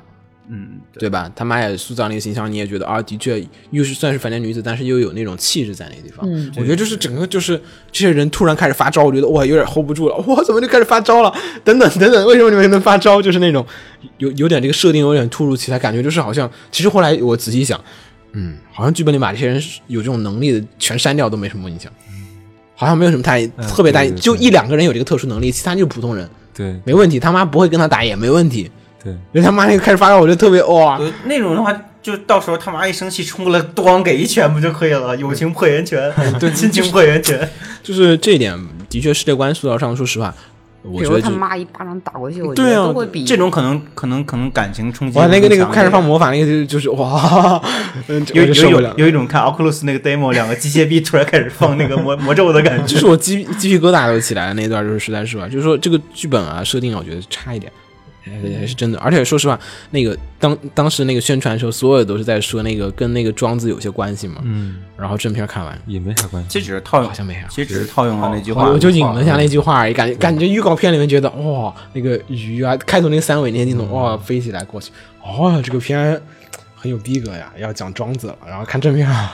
C: 嗯，对，
A: 对吧？他妈也塑造那个形象，你也觉得啊，的确又是算是凡间女子，但是又有那种气质在那个地方。
D: 嗯
A: 我觉得就是整个就是这些人突然开始发招，我觉得哇有点 hold 不住了，哇怎么就开始发招了？等等等等，为什么你们能发招？就是那种有有点这个设定有点突如其来，感觉就是好像其实后来我仔细想，嗯，好像剧本里把这些人有这种能力的全删掉都没什么影响。好像没有什么太特别大，
B: 嗯对对对
A: 就一两个人有这个特殊能力，其他就是普通人，
B: 对
A: 没问题。他妈不会跟他打也没问题，
B: 对，
A: 因为他妈那个开始发招，我就特别哇、
C: 有那种的话，就到时候他妈一生气冲过来，咣给一拳不就可以了？友情破岩拳，对，亲情破岩拳。
A: 就是这一点的确世界观塑造上，说实话，我觉
D: 比如
A: 得
D: 他
A: 就
D: 妈一巴掌打过去，我觉
A: 对
D: 得
A: 啊
D: 都会比
C: 这种可能可能可能感情冲击
A: 哇，
C: 会更强
A: 那
C: 一
A: 个
C: 点。
A: 那个开始放魔法那个就就是哇， 嗯，
C: 有
A: 我就
C: 有
A: 受不
C: 有
A: 了
C: 有。一种看 Oculus 那个 demo，两个机械臂突然开始放那个魔魔咒的感
A: 就
C: 觉。
A: 是我鸡鸡皮疙瘩都起来了那段，就是实在是吧，就是说这个剧本啊设定啊，我觉得差一点，还还是真的。而且说实话，那个当当时那个宣传的时候，所有都是在说那个跟那个庄子有些关系嘛。
B: 嗯，
A: 然后正片看完，
B: 也没啥关系。
C: 这只是套用
A: 好，像没啥。
C: 其实只是套用了那句话嗯
A: 我。就引了一下那句话而已，感觉感觉预告片里面觉得哇，那个鱼啊，开头那三尾那些镜头
C: 嗯
A: 哇飞起来过去，哦，这个片很有逼格呀，要讲庄子了，然后看正片 啊，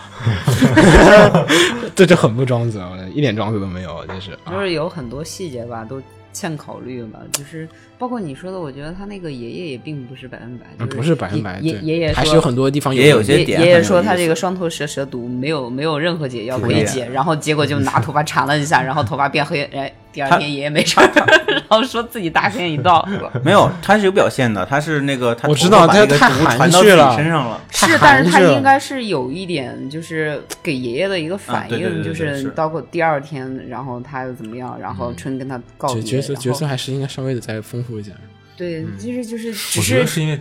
A: 这这很不庄子，啊，一点庄子都没有，真是。啊
D: 就是有很多细节吧，都欠考虑吧。就是包括你说的，我觉得他那个爷爷也并不是百分百，
A: 嗯
D: 就是
A: 不是百分百，
D: 爷
A: 对，
D: 爷爷
A: 还
D: 说
A: 是有很多地方
C: 也有
A: 问题
C: 些
D: 爷
C: 点
D: 爷
C: 很
D: 爷
C: 有
D: 说
C: 意
D: 他这
C: 思
D: 个双头蛇蛇毒没有没有任何解药可
C: 对
D: 以
C: 呀
D: 解，然后结果就拿头发缠了一下，然后头发变黑，哎，第二
C: 他
D: 天爷爷没长头发， 然后说自己大限已 到。
C: 没有，他是有表现的，他是那个他
A: 我
C: 头
A: 知
C: 发
A: 道
C: 把
A: 他
C: 那个
A: 太
C: 毒
A: 含
C: 传到
A: 蓄
C: 自己
A: 了
C: 身上了。
A: 太
D: 是，但
A: 含
D: 是他
A: 蓄了
D: 应该是有一点，就是给爷爷的一个
C: 啊
D: 反
C: 对
D: 应，
C: 对对对
D: 就
C: 对是嗯
D: 包括第二天，然后他又怎么样，然后春跟他告别，
A: 角角色
D: 然后
A: 角色还是嗯应该稍微的再丰富一下。
D: 对，其实就是只
B: 我觉得
D: 是
B: 是因为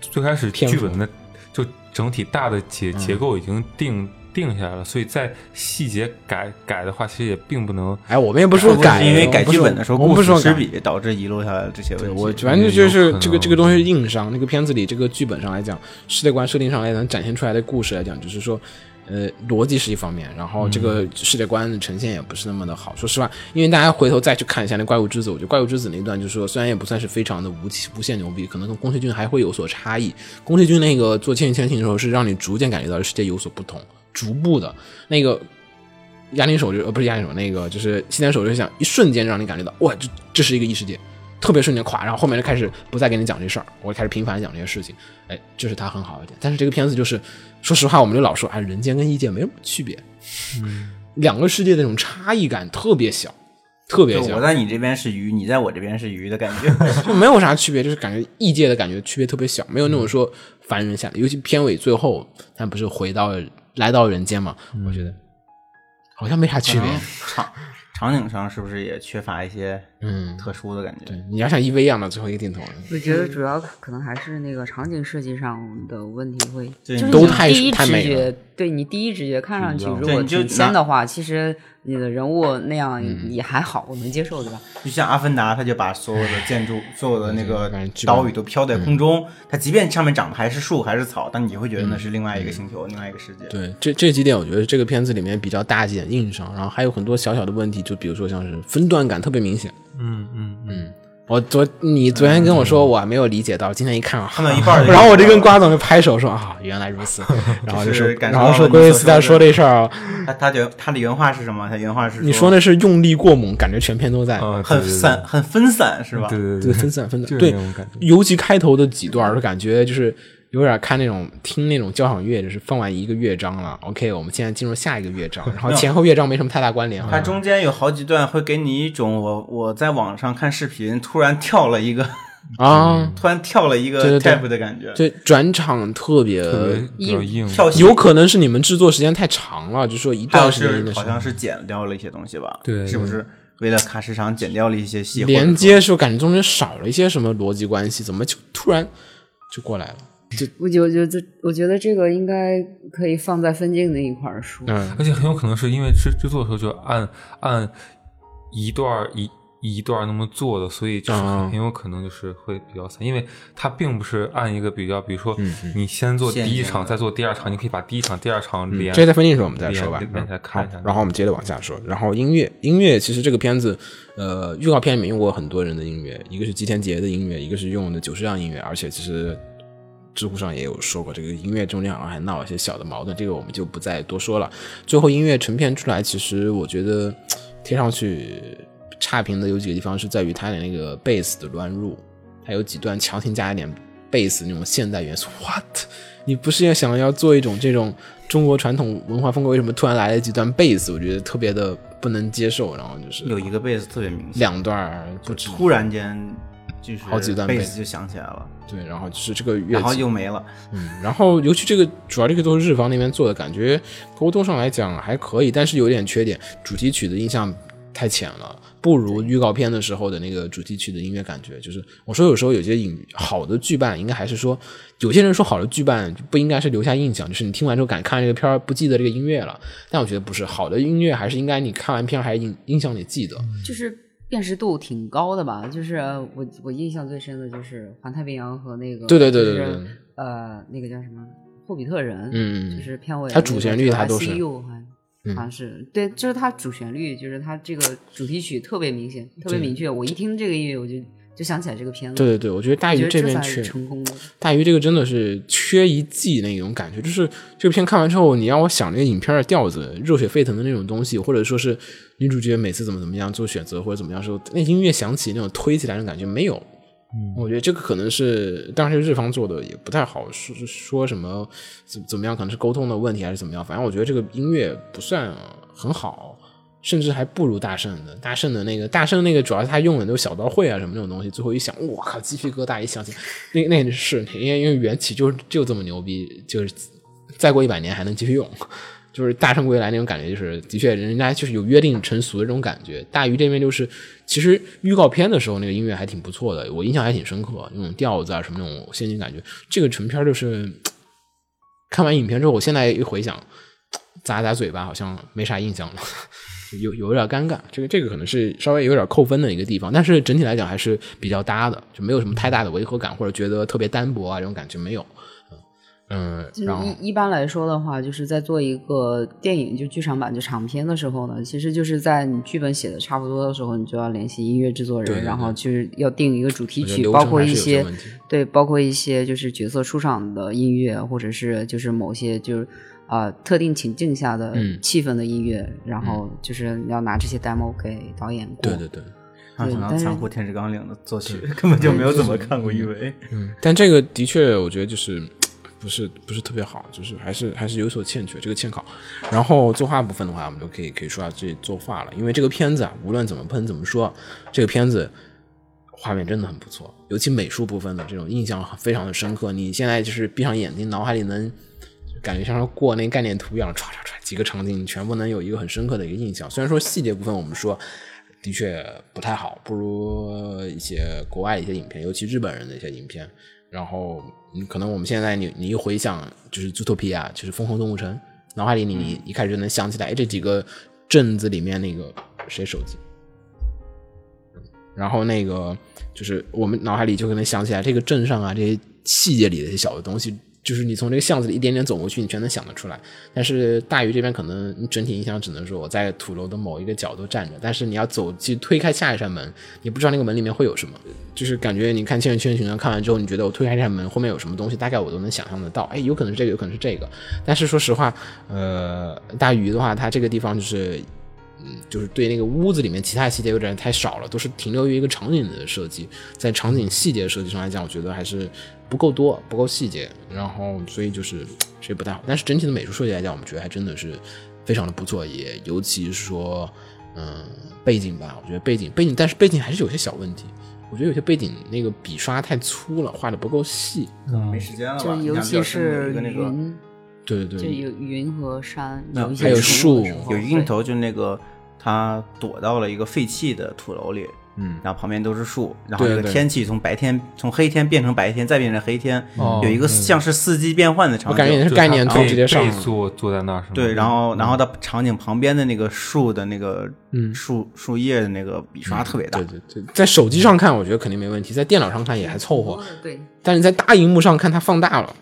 B: 最开始
A: 片
B: 剧
A: 幅
B: 本的就整体大的结结构已经定定下来了，所以在细节改改的话，其实也并不能。
A: 哎，我们也不是说
C: 不
A: 改，
C: 是因为
A: 我们
C: 改
A: 不
C: 剧
A: 说
C: 本的时候
A: 我们
C: 故
A: 不说
C: 事
A: 改
C: 失笔导致遗留下来这些问
A: 对
C: 题。
A: 我反正就是这
B: 有可
A: 个
B: 能
A: 这个东西是硬伤，那个片子里这个剧本上来讲，世界观设定上来讲，展现出来的故事来讲，就是说，呃，逻辑是一方面，然后这个世界观的呈现也不是那么的好。说实话，因为大家回头再去看一下那怪物之子，我觉得怪物之子那段就是说，虽然也不算是非常的无奇无限牛逼，可能跟宫崎骏还会有所差异。宫崎骏那个做《千与千寻》的时候，是让你逐渐感觉到世界有所不同，逐步的那个压力手就呃不是压力手，那个就是西南手就想一瞬间让你感觉到哇，这这是一个异世界，特别瞬间垮，然后后面就开始不再跟你讲这事儿，我就开始频繁地讲这些事情，哎，这是他很好的点。但是这个片子就是，说实话，我们就老说啊，人间跟异界没什么区别，两个世界的那种差异感特别小，特别
C: 就
A: 小
C: 我，在你这边是鱼，你在我这边是鱼的感觉。
A: 就没有啥区别，就是感觉异界的感觉区别特别小，没有那种说凡人下来，尤其片尾最后他不是回到来到人间嘛，我觉得好像没啥区别，
C: 场场景上是不是也缺乏一些
A: 嗯。
C: 特殊的感觉？
A: 对，你要像 EV 一样的最后一个镜头，
D: 我觉得主要可能还是那个场景设计上的问题会，
C: 对
D: 就是
C: 都
D: 你
A: 太
D: 第一
A: 太
D: 直
A: 美
D: 觉，对你第一直觉看上去
B: 不一样
D: 如果
C: 嗯对你就
D: 挺仙
C: 拿嗯
D: 的话，其实你的人物那样也还好，我能接受，对吧？
C: 就像《阿凡达》，他就把所有的建筑、所有的那个
A: 反正基本嗯
C: 岛屿都飘在空中，它即便上面长的还是树还是草，但你会觉得那是另外一个星球、另外一个世界。
A: 嗯对，这这几点我觉得这个片子里面比较大几点硬伤，然后还有很多小小的问题，就比如说像是分段感特别明显。
B: 嗯嗯嗯，
A: 我昨你昨天跟我说我还没有理解到，今天一看啊，
C: 看到一半儿 就
A: 然后我就跟瓜总就拍 手说啊，原来如此，然后就说，
C: 就是感受
A: 然
C: 到
A: 后说
C: 你
A: 关于
C: 所
A: 斯他
C: 说
A: 说
C: 的
A: 这事儿啊，
C: 他他觉得他的原话是什么？他原话是
A: 你说那是用力过猛，感觉全片都在，
B: 啊，对
C: 很散、，很分散，是吧？
B: 对对对
A: 对，
B: 对对，
A: 分散分散，
B: 就是
A: 对
B: 那种感，觉
A: 尤其开头的几段儿，就感觉就是有点看那种听那种交响乐，就是放完一个乐章了，OK，我们现在进入下一个乐章，然后
C: 没有
A: 前后乐章没什么太大关联啊，
C: 它中间有好几段会给你一种我我在网上看视频，突然跳了一个，
A: 啊，
C: 突然跳了一
A: 对对
C: 个
A: 对
C: tab 的感觉，
A: 这转场特别，
B: 特别比较硬，
C: 跳戏
A: 有可能是你们制作时间太长了，就是说一
C: 还有
A: 段时间一
C: 是
A: 段时
C: 好
A: 间
C: 像是剪掉了一些东西吧？
B: 对对
C: 是不是为了卡时长剪掉了一些戏？
A: 连接的时候，感觉中间少了一些什么逻辑关系，怎么就突然就过来了？
D: 我就就就我觉得这个应该可以放在分镜那一块儿说。
A: 嗯
B: 而且很有可能是因为制制作的时候就按按一段儿一一段儿那么做的，所以就是
A: 嗯嗯
B: 很很有可能就是会比较散，因为它并不是按一个比较，比如说你先做第
C: 线
B: 一
C: 性
B: 场，
C: 的
B: 再做第二场，你可以把第一场、第二场连。
A: 嗯这个在分镜的时候我们再说吧
B: 连，连
A: 嗯
B: 连再看
A: 好
B: 一下，
A: 然后我们接着往下说。然后音乐，音乐其实这个片子，呃，预告片里面用过很多人的音乐，一个是吉田杰的音乐，一个是用的久石让音乐，而且其实知乎上也有说过，这个音乐中间好像还闹了一些小的矛盾，这个我们就不再多说了。最后音乐成片出来，其实我觉得贴上去差评的有几个地方是在于它的那个贝斯的乱入，还有几段强行加一点贝斯那种现代元素。What？你不是要想要做一种这种中国传统文化风格，为什么突然来了几段贝斯？我觉得特别的不能接受。然后就是
C: 有一个贝斯特别明显，
A: 两段儿
C: 就
A: 就只
C: 突然间就是
A: 好几段贝
C: 贝
A: 斯
C: 斯就响起来了，
A: 对，然后就是这个乐
C: 然后
A: 器
C: 又没了。
A: 嗯，然后尤其这个主要这个都是日方那边做的，感觉沟通上来讲还可以，但是有点缺点，主题曲的印象太浅了，不如预告片的时候的那个主题曲的音乐感觉。就是我说有时候有些影好的剧伴，应该还是说有些人说好的剧伴不应该是留下印象，就是你听完之后敢看这个片儿不记得这个音乐了，但我觉得不是，好的音乐还是应该你看完片儿还印印象里记得。
D: 就是辨识度挺高的吧？就是我我印象最深的就是《环太平洋》和那个
A: 对对对
D: 就
A: 对对
D: 是
A: 对
D: 呃那个叫什么《霍比特人》
A: 嗯嗯嗯
D: 就是片尾
A: 它主旋律它都是嗯
D: U 还。好像是对，就是它主旋律，就是它这个主题曲特别明显，特别明确。我一听这个音乐，我就就想起来这个片子。
A: 对对对，我觉得大
D: 我觉
A: 鱼
D: 得
A: 这
D: 这
A: 边
D: 才
A: 缺
D: 是成功的。
A: 大鱼这个真的是缺一季那种感觉，就是这个片看完之后，你让我想那个影片的调子，热血沸腾的那种东西，或者说是女主角每次怎么怎么样做选择或者怎么样的时候，那音乐响起那种推起来的感觉没有。我觉得这个可能是当时日方做的也不太好说说什么怎怎么样，可能是沟通的问题还是怎么样，反正我觉得这个音乐不算很好。甚至还不如大圣的，大圣的那个，大圣那个主要是他用的都是小刀会啊什么那种东西，最后一想，我靠，鸡皮疙瘩一想起，那那是因为因为缘起就是就这么牛逼，就是再过一百年还能继续用，就是大圣归来那种感觉，就是的确人家就是有约定成俗的这种感觉。大鱼这边就是，其实预告片的时候那个音乐还挺不错的，我印象还挺深刻，那种调子啊什么那种先进感觉。这个成片就是看完影片之后，我现在一回想，咂咂嘴巴好像没啥印象了。有有点尴尬，这个这个可能是稍微有点扣分的一个地方，但是整体来讲还是比较搭的，就没有什么太大的违和感或者觉得特别单薄啊这种感觉没有。嗯，嗯
D: 就
A: 然后
D: 一一般来说的话，就是在做一个电影就剧场版就长片的时候呢，其实就是在你剧本写的差不多的时候，你就要联系音乐制作人，
A: 对对对
D: 然后就是要定一个主题
A: 我觉得
D: 曲，
A: 流
D: 包
A: 程
D: 括
A: 还
D: 一
A: 是有些
D: 些
A: 问题。
D: 对，包括一些就是角色出场的音乐，或者是就是某些就是啊、呃特定情境下的
A: 嗯
D: 气氛的音乐，然后就是你要拿这些 demo 给导演过。
A: 对对对，
C: 然后想到
D: 嗯但
C: 《
D: 是
C: 残酷天使纲领》的作曲，根本就没有怎么看过一维。
A: 嗯，但这个的确，我觉得就是不是不是特别好，就是还是还是有所欠缺，这个欠考。然后作画部分的话，我们就可以可以说下这作画了，因为这个片子啊，无论怎么喷怎么说，这个片子画面真的很不错，尤其美术部分的这种印象非常的深刻。你现在就是闭上眼睛，脑海里能就感觉像是过那概念图一样，唰唰唰几个场景全部能有一个很深刻的一个印象。虽然说细节部分我们说的确不太好，不如一些国外一些影片，尤其日本人的一些影片。然后你可能我们现在你你一回想，就是《Zootopia》，就是《疯狂动物城》，脑海里你你一开始就能想起来，哎，这几个镇子里面那个谁手机，然后那个就是我们脑海里就可能想起来这个镇上啊这些细节里的一些小的东西，就是你从这个巷子里一点点走过去，你全能想得出来。但是大鱼这边可能你整体印象只能说我在土楼的某一个角度站着，但是你要走去推开下一扇门，你不知道那个门里面会有什么，就是感觉你看《千与千寻》啊看完之后，你觉得我推开这扇门后面有什么东西，大概我都能想象得到，哎，有可能是这个，有可能是这个。但是说实话，呃，大鱼的话，它这个地方就是嗯，就是对那个屋子里面其他细节有点太少了，都是停留于一个场景的设计，在场景细节设计上来讲，我觉得还是不够多，不够细节，然后所以就是这也不太好。但是整体的美术设计来讲，我们觉得还真的是非常的不错，也尤其是说，嗯，背景吧，我觉得背景背景，但是背景还是有些小问题，我觉得有些背景那个笔刷太粗了，画的不够细。
C: 没时间了吧？
D: 就
C: 印
D: 尤
C: 象比较
D: 其
C: 深的
D: 是
C: 一个那个
D: 云，
A: 对对
D: 就
A: 对，
D: 有云和山，
C: 那
D: 一些
C: 还有
D: 重复的
A: 树
D: 时候
C: 有一个镜头，就那个他躲到了一个废弃的土楼里，
A: 嗯
C: 然后旁边都是树，然后这个
A: 对对
C: 天气从白天从黑天变成白天，再变成黑天，
B: 哦
C: 有一个像是四季变换的
A: 嗯
C: 场
A: 我感觉也
C: 景。
A: 是概念
B: 就
A: 图
B: 是他
A: 直接上
B: 背
A: 了
B: 坐坐在那儿是吗？
C: 对，然后然后它场景旁边的那个树的那个
A: 嗯
C: 树树叶的那个笔刷特别大
A: 对，对对，在手机上看我觉得肯定没问题，在电脑上看也还凑合，
D: 对，
A: 但是在大荧幕上看它放大了，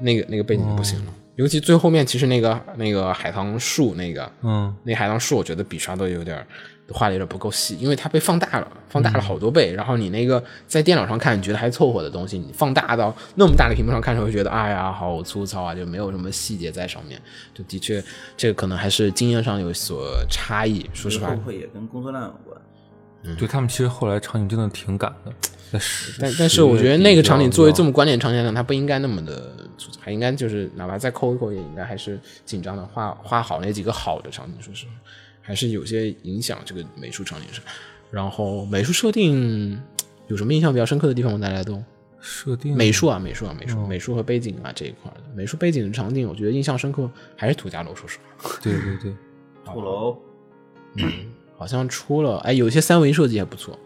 A: 那个那个背景就不行
D: 哦
A: 了。尤其最后面，其实那个那个海棠树那个，
B: 嗯，
A: 那海棠树，我觉得笔刷都有点儿画的有点不够细，因为它被放大了，放大了好多倍。然后你那个在电脑上看，你觉得还凑合的东西，你放大到那么大的屏幕上看，就会觉得哎呀，好粗糙啊，就没有什么细节在上面。就的确，这个可能还是经验上有所差异。说实话
C: 会不，会也跟工作量有关？
B: 对他们其实后来场景真的挺赶的，在十
A: 但但是我觉得那个场景作为这
B: 么
A: 么关键场景来讲，它不应该那么的粗糙，还应该就是哪怕再抠一抠，也应该还是紧张的画画好那几个好的场景。说实话，还是有些影响这个美术场景上。然后美术设定有什么印象比较深刻的地方吗？大家都
B: 设定
A: 美术啊，美术啊，美术，美术和背景啊这一块儿的美术背景的场景，我觉得印象深刻还是土家楼，说实话，
B: 对对对，
C: 土楼
A: 好像出了哎，有一些三维设计还不错，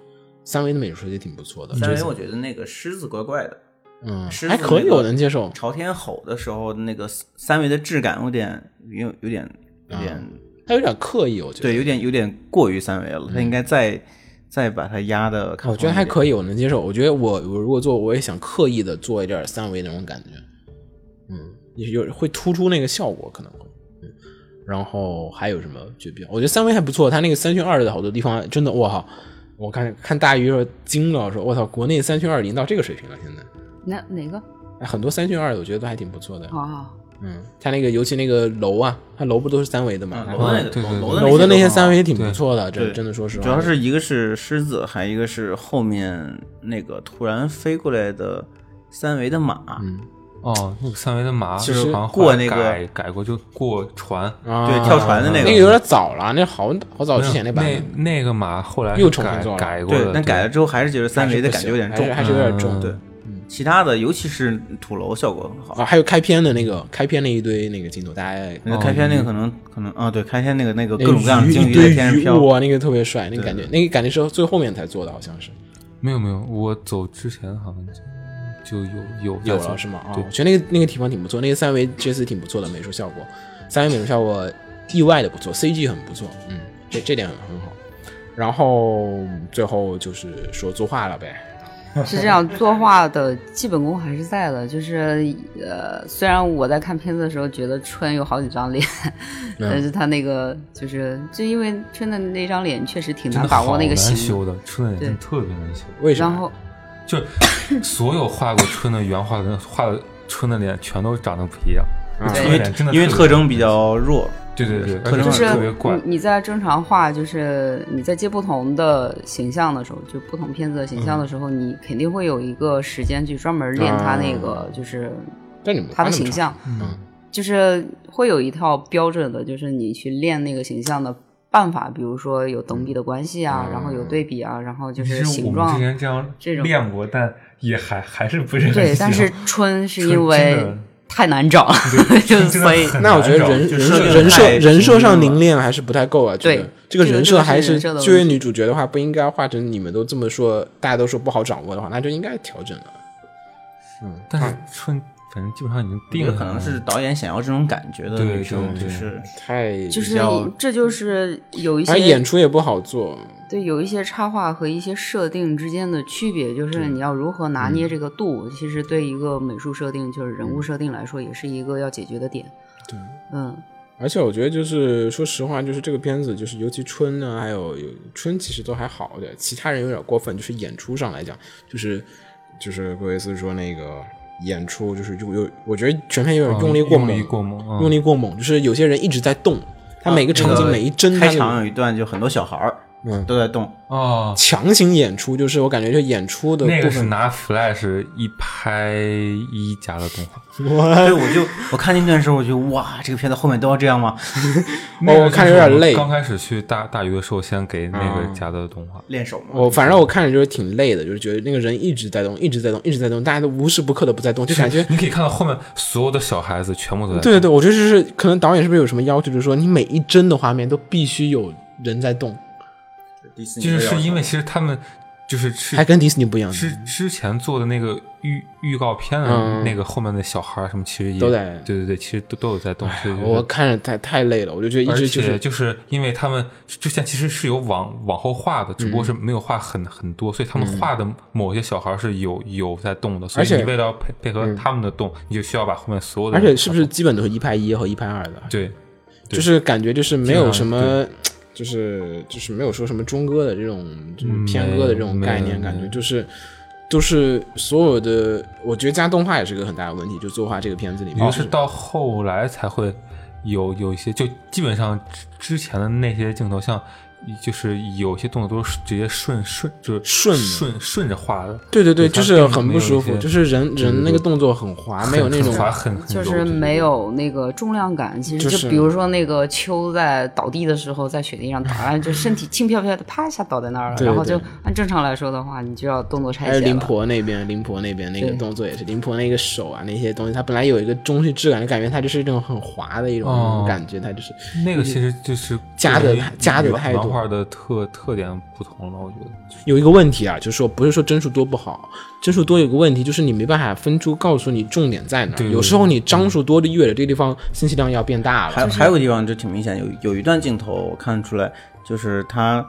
A: 三维的美术设计挺不错的，
C: 三维，我觉得啊那个狮子怪怪的，
A: 嗯，
C: 狮
A: 还
C: 子
A: 可以，
C: 那个
A: 我能接受。
C: 朝天吼的时候，那个三维的质感有点有有点有点、
A: 它有点刻意，我觉得
C: 对，有点有点过于三维了，它应该再再把它压的。
A: 我觉得还
C: 以。
A: 可以，我能接受。我觉得我我如果做，我也想刻意的做一点三维那种感觉，嗯，也有会突出那个效果，可能会。嗯，然后还有什么就比较，我觉得三维还不错，它那个三选二的好多地方真的，我靠！我看看大鱼说惊了，说我操，国内三选二已经到这个水平了，现在
D: 哪哪个
A: 哎很多三选二的我觉得都还挺不错的。
D: 啊？
A: 嗯，它那个尤其那个楼啊，它楼不都是三维的嘛？
C: 嗯
A: 然
C: 楼
A: 后
C: 的那
B: 对
C: 个
B: 对
C: 楼
B: 对
A: 楼的那
C: 那
A: 些三维也
C: 维，
A: 挺不错的，真
C: 对
A: 真的说实话，
C: 主要是一个是狮子，还有一个是后面那个突然飞过来的三维的马，
A: 嗯
B: 哦，那个三维的马
C: 就是
B: 好像
C: 过那个
B: 后来改改过就过船，
A: 啊
C: 对跳船的那
A: 那
C: 个
A: 有点早了，那好好早哦之前
B: 那
A: 版本。
B: 那那个马后来
A: 又
B: 是
A: 重新
B: 改
A: 做了
B: 改过
C: 对
B: 的，，
C: 但改了
B: 对
C: 之后还是觉得三维的感觉有点
A: 还是
C: 重
A: 不行，还是还是有点重。
B: 嗯
C: 对，其他的尤其是土楼效果很好，
A: 啊，还有开篇的那个开篇那一堆那个镜头，大家
C: 那开篇那
B: 哦
C: 个可能可能啊，对，开篇那个那个
A: 那
B: 哎
C: 各
A: 个
C: 种各样的
A: 鱼
C: 鲸
A: 一
C: 鱼
A: 堆
C: 在天上
A: 鱼，
C: 飘，
A: 哇，那个特别帅，那个感觉
C: 对，
A: 那个感觉是最后面才做的，好像是
B: 没有没有，我走之前好像就就有有
A: 有
B: 在做
A: 了是吗？啊，
B: 对
A: 我觉得那个那个地方挺不错，那个三维这次挺不错的美术效果，三维美术效果意外的不错，CG 很不错，嗯，这这点很很好。然后最后就是说作画了呗，
D: 是这样， 作画的基本功还是在的，就是呃，虽然我在看片子的时候觉得春有好几张脸，
B: 嗯
D: 但是他那个就是就因为春的那张脸确实挺
B: 真
D: 难
B: 的
D: 把
B: 好
D: 握那个
B: 难
D: 形
B: 修的，春的
D: 对
B: 真的特别难修，
A: 为什
D: 然
A: 么？
D: 后
B: 就是所有画过春的原画的人画的春的脸全都长得不一样，
D: 对
B: 春
C: 因
B: 的
C: 为
B: 脸真的
C: 因为
B: 别
C: 特征比较弱，
B: 对对对，而
C: 特
B: 且
C: 征
D: 就是
B: 嗯特别怪
D: 你，你在正常画，就是你在接不同的形象的时候，就不同片子的形
B: 嗯
D: 象的时候，你肯定会有一个时间去专门练他
B: 啊
D: 那个，就是
A: 但你们
D: 他
A: 画那
D: 的
A: 么
D: 形
A: 长
D: 象，
B: 嗯
D: 就是会有一套标准的，就是你去练那个形象的办法，比如说有等比的关系啊，然后有对比啊，然后就
B: 其
D: 是
B: 实我
D: 形
B: 们
D: 状
B: 之。前这样
D: 这种
B: 练过，但也还还是不是很
D: 对，
B: 行
D: 但是春是
B: 春
D: 因为
B: 真的
D: 太难找了， 就
B: 真的
D: 所以
B: 很
A: 那我觉得
B: 难找
A: 人
C: 就
A: 人
C: 设
A: 设
C: 定
A: 人设
C: 太
A: 人设
C: 平
A: 上
C: 庸了
A: 凝练还是不太够啊。觉
D: 对
A: 得这个
D: 这个
A: 人
D: 这个
A: 设
D: 是
A: 还是
D: 人设的问
A: 作为
D: 题
A: 女主角的话，不应该画成你们都这么说，大家都说不好掌握的话，那就应该调整了。
B: 嗯但是春反正基本上已经定
C: 也
B: 了，嗯
C: 可能是导演想要这种感觉的
B: 啊对
C: 女生，
B: 对对
C: 就是
A: 太
D: 就是
C: 较
D: 这就是有一些
A: 而演出也不好做，
D: 对，有一些插画和一些设定之间的区别，就是你要如何拿捏这个度。其实对一个美术设定，就是人物设定来说，也是一个要解决的点。
A: 对，
D: 嗯，
A: 而且我觉得就是说实话，就是这个片子就是尤其春呢，还有有春其实都还好一点，其他人有点过分，就是演出上来讲，就是就是格维斯说那个演出就是有有，我觉得全片有点
B: 嗯
A: 用力过
B: 用
A: 猛，
B: 力过猛，嗯啊
A: 用力过猛，就是有些人一直在动，他每个场景
C: 那
A: 每一帧，
C: 开
A: 他就
C: 场有一段就很多小孩儿
A: 嗯
C: 都在动，
B: 哦，
A: 强行演出，就是我感觉就演出的
B: 那
A: 部
B: 个是
A: 分，
B: 拿 Flash 一拍一加的动画，
C: 所以我就我看那段时候，我就哇，这个片子后面都要这样吗？
B: 那个
A: 哦我看
B: 就
A: 着有
B: 是
A: 点
B: 我
A: 累嗯
B: 刚开始去大大鱼的时候，先给那个加的动画，
C: 练手吗？
A: 我哦反正我看着就是挺累的，就是觉得那个人一直在动，一直在动，一直在动，大家都无时不刻的不在动，就感觉。
B: 你可以看到后面所有的小孩子全部都在
A: 对对对，我觉得就是可能导演是不是有什么要求，就是说你每一帧的画面都必须有人在动，
E: 迪士尼
B: 就
E: 的
B: 是
E: 要求，
B: 是因为其实他们就是是
A: 还跟迪士尼不一样，
B: 之之前做的那个预预告片啊，
A: 嗯
B: 那个后面的小孩儿什么，其实也
A: 都在
B: 对对对，其实都都有在动。所以就是
A: 我看着太太累哎了，我就觉得一
B: 而
A: 直就
B: 且
A: 是
B: 就是因为他们之前其实是有往往后画的，只
A: 嗯
B: 不过是没有画很很多，所以他们画的某些小孩儿是有有在动的，所
A: 而
B: 以
A: 且嗯
B: 你为了要配配合他们的动，你就需要把后面所有的
A: 而且
B: 人，
A: 是不是基本都是一派一和一派二的？
B: 对对
A: 就是感觉就是没有什
B: 基本
A: 么，就是就是没有说什么中歌的这种这种偏歌的这种
B: 没有
A: 概
B: 没
A: 念，
B: 有
A: 感
B: 没
A: 觉
B: 有
A: 就是都是所有的，我觉得加动画也是个很大的问题，就作画这个片子里
B: 也就
A: 面
B: 哦是到后来才会有有一些，就基本上之之前的那些镜头，像就是有些动作都是直接顺顺就是
A: 顺的
B: 顺顺着画的，
A: 对对对，
B: 就
A: 就
B: 它
A: 是
B: 并
A: 很
B: 没
A: 不
B: 有
A: 舒
B: 一
A: 服，
B: 些
A: 就是人人那个动作很滑，啊没 有那种
B: 很滑很很
D: 就
B: 柔对
D: 是没有那个重量感。其实
A: 就
D: 就是比如说那个秋在倒地的时候，在雪地上倒，然后就身体轻飘飘的啪一下倒在那儿了，
A: 对
D: 然后
A: 对哎
D: 就按正常来说的话，你就要动作拆
A: 还有
D: 解
A: 林
D: 了。
A: 婆那边，林婆那边那个
D: 对
A: 动作也是，林婆那个手啊那些东西，它本来有一个中性质感，就感觉它就是那种很滑的一种
B: 哦
A: 感觉，它就是
B: 那个其实就是
A: 加的
B: 对于
A: 加的太多
B: 原画的特特点不同了，我觉得。
A: 有一个问题啊，就是说不是说帧数多不好，帧数多有个问题就是你没办法分出告诉你重点在哪儿，
B: 对
A: 有时候你张数多的越了，这个地方信息量要变大
C: 还
A: 了。
C: 还有个地方就挺明显，有有一段镜头我看出来，就是他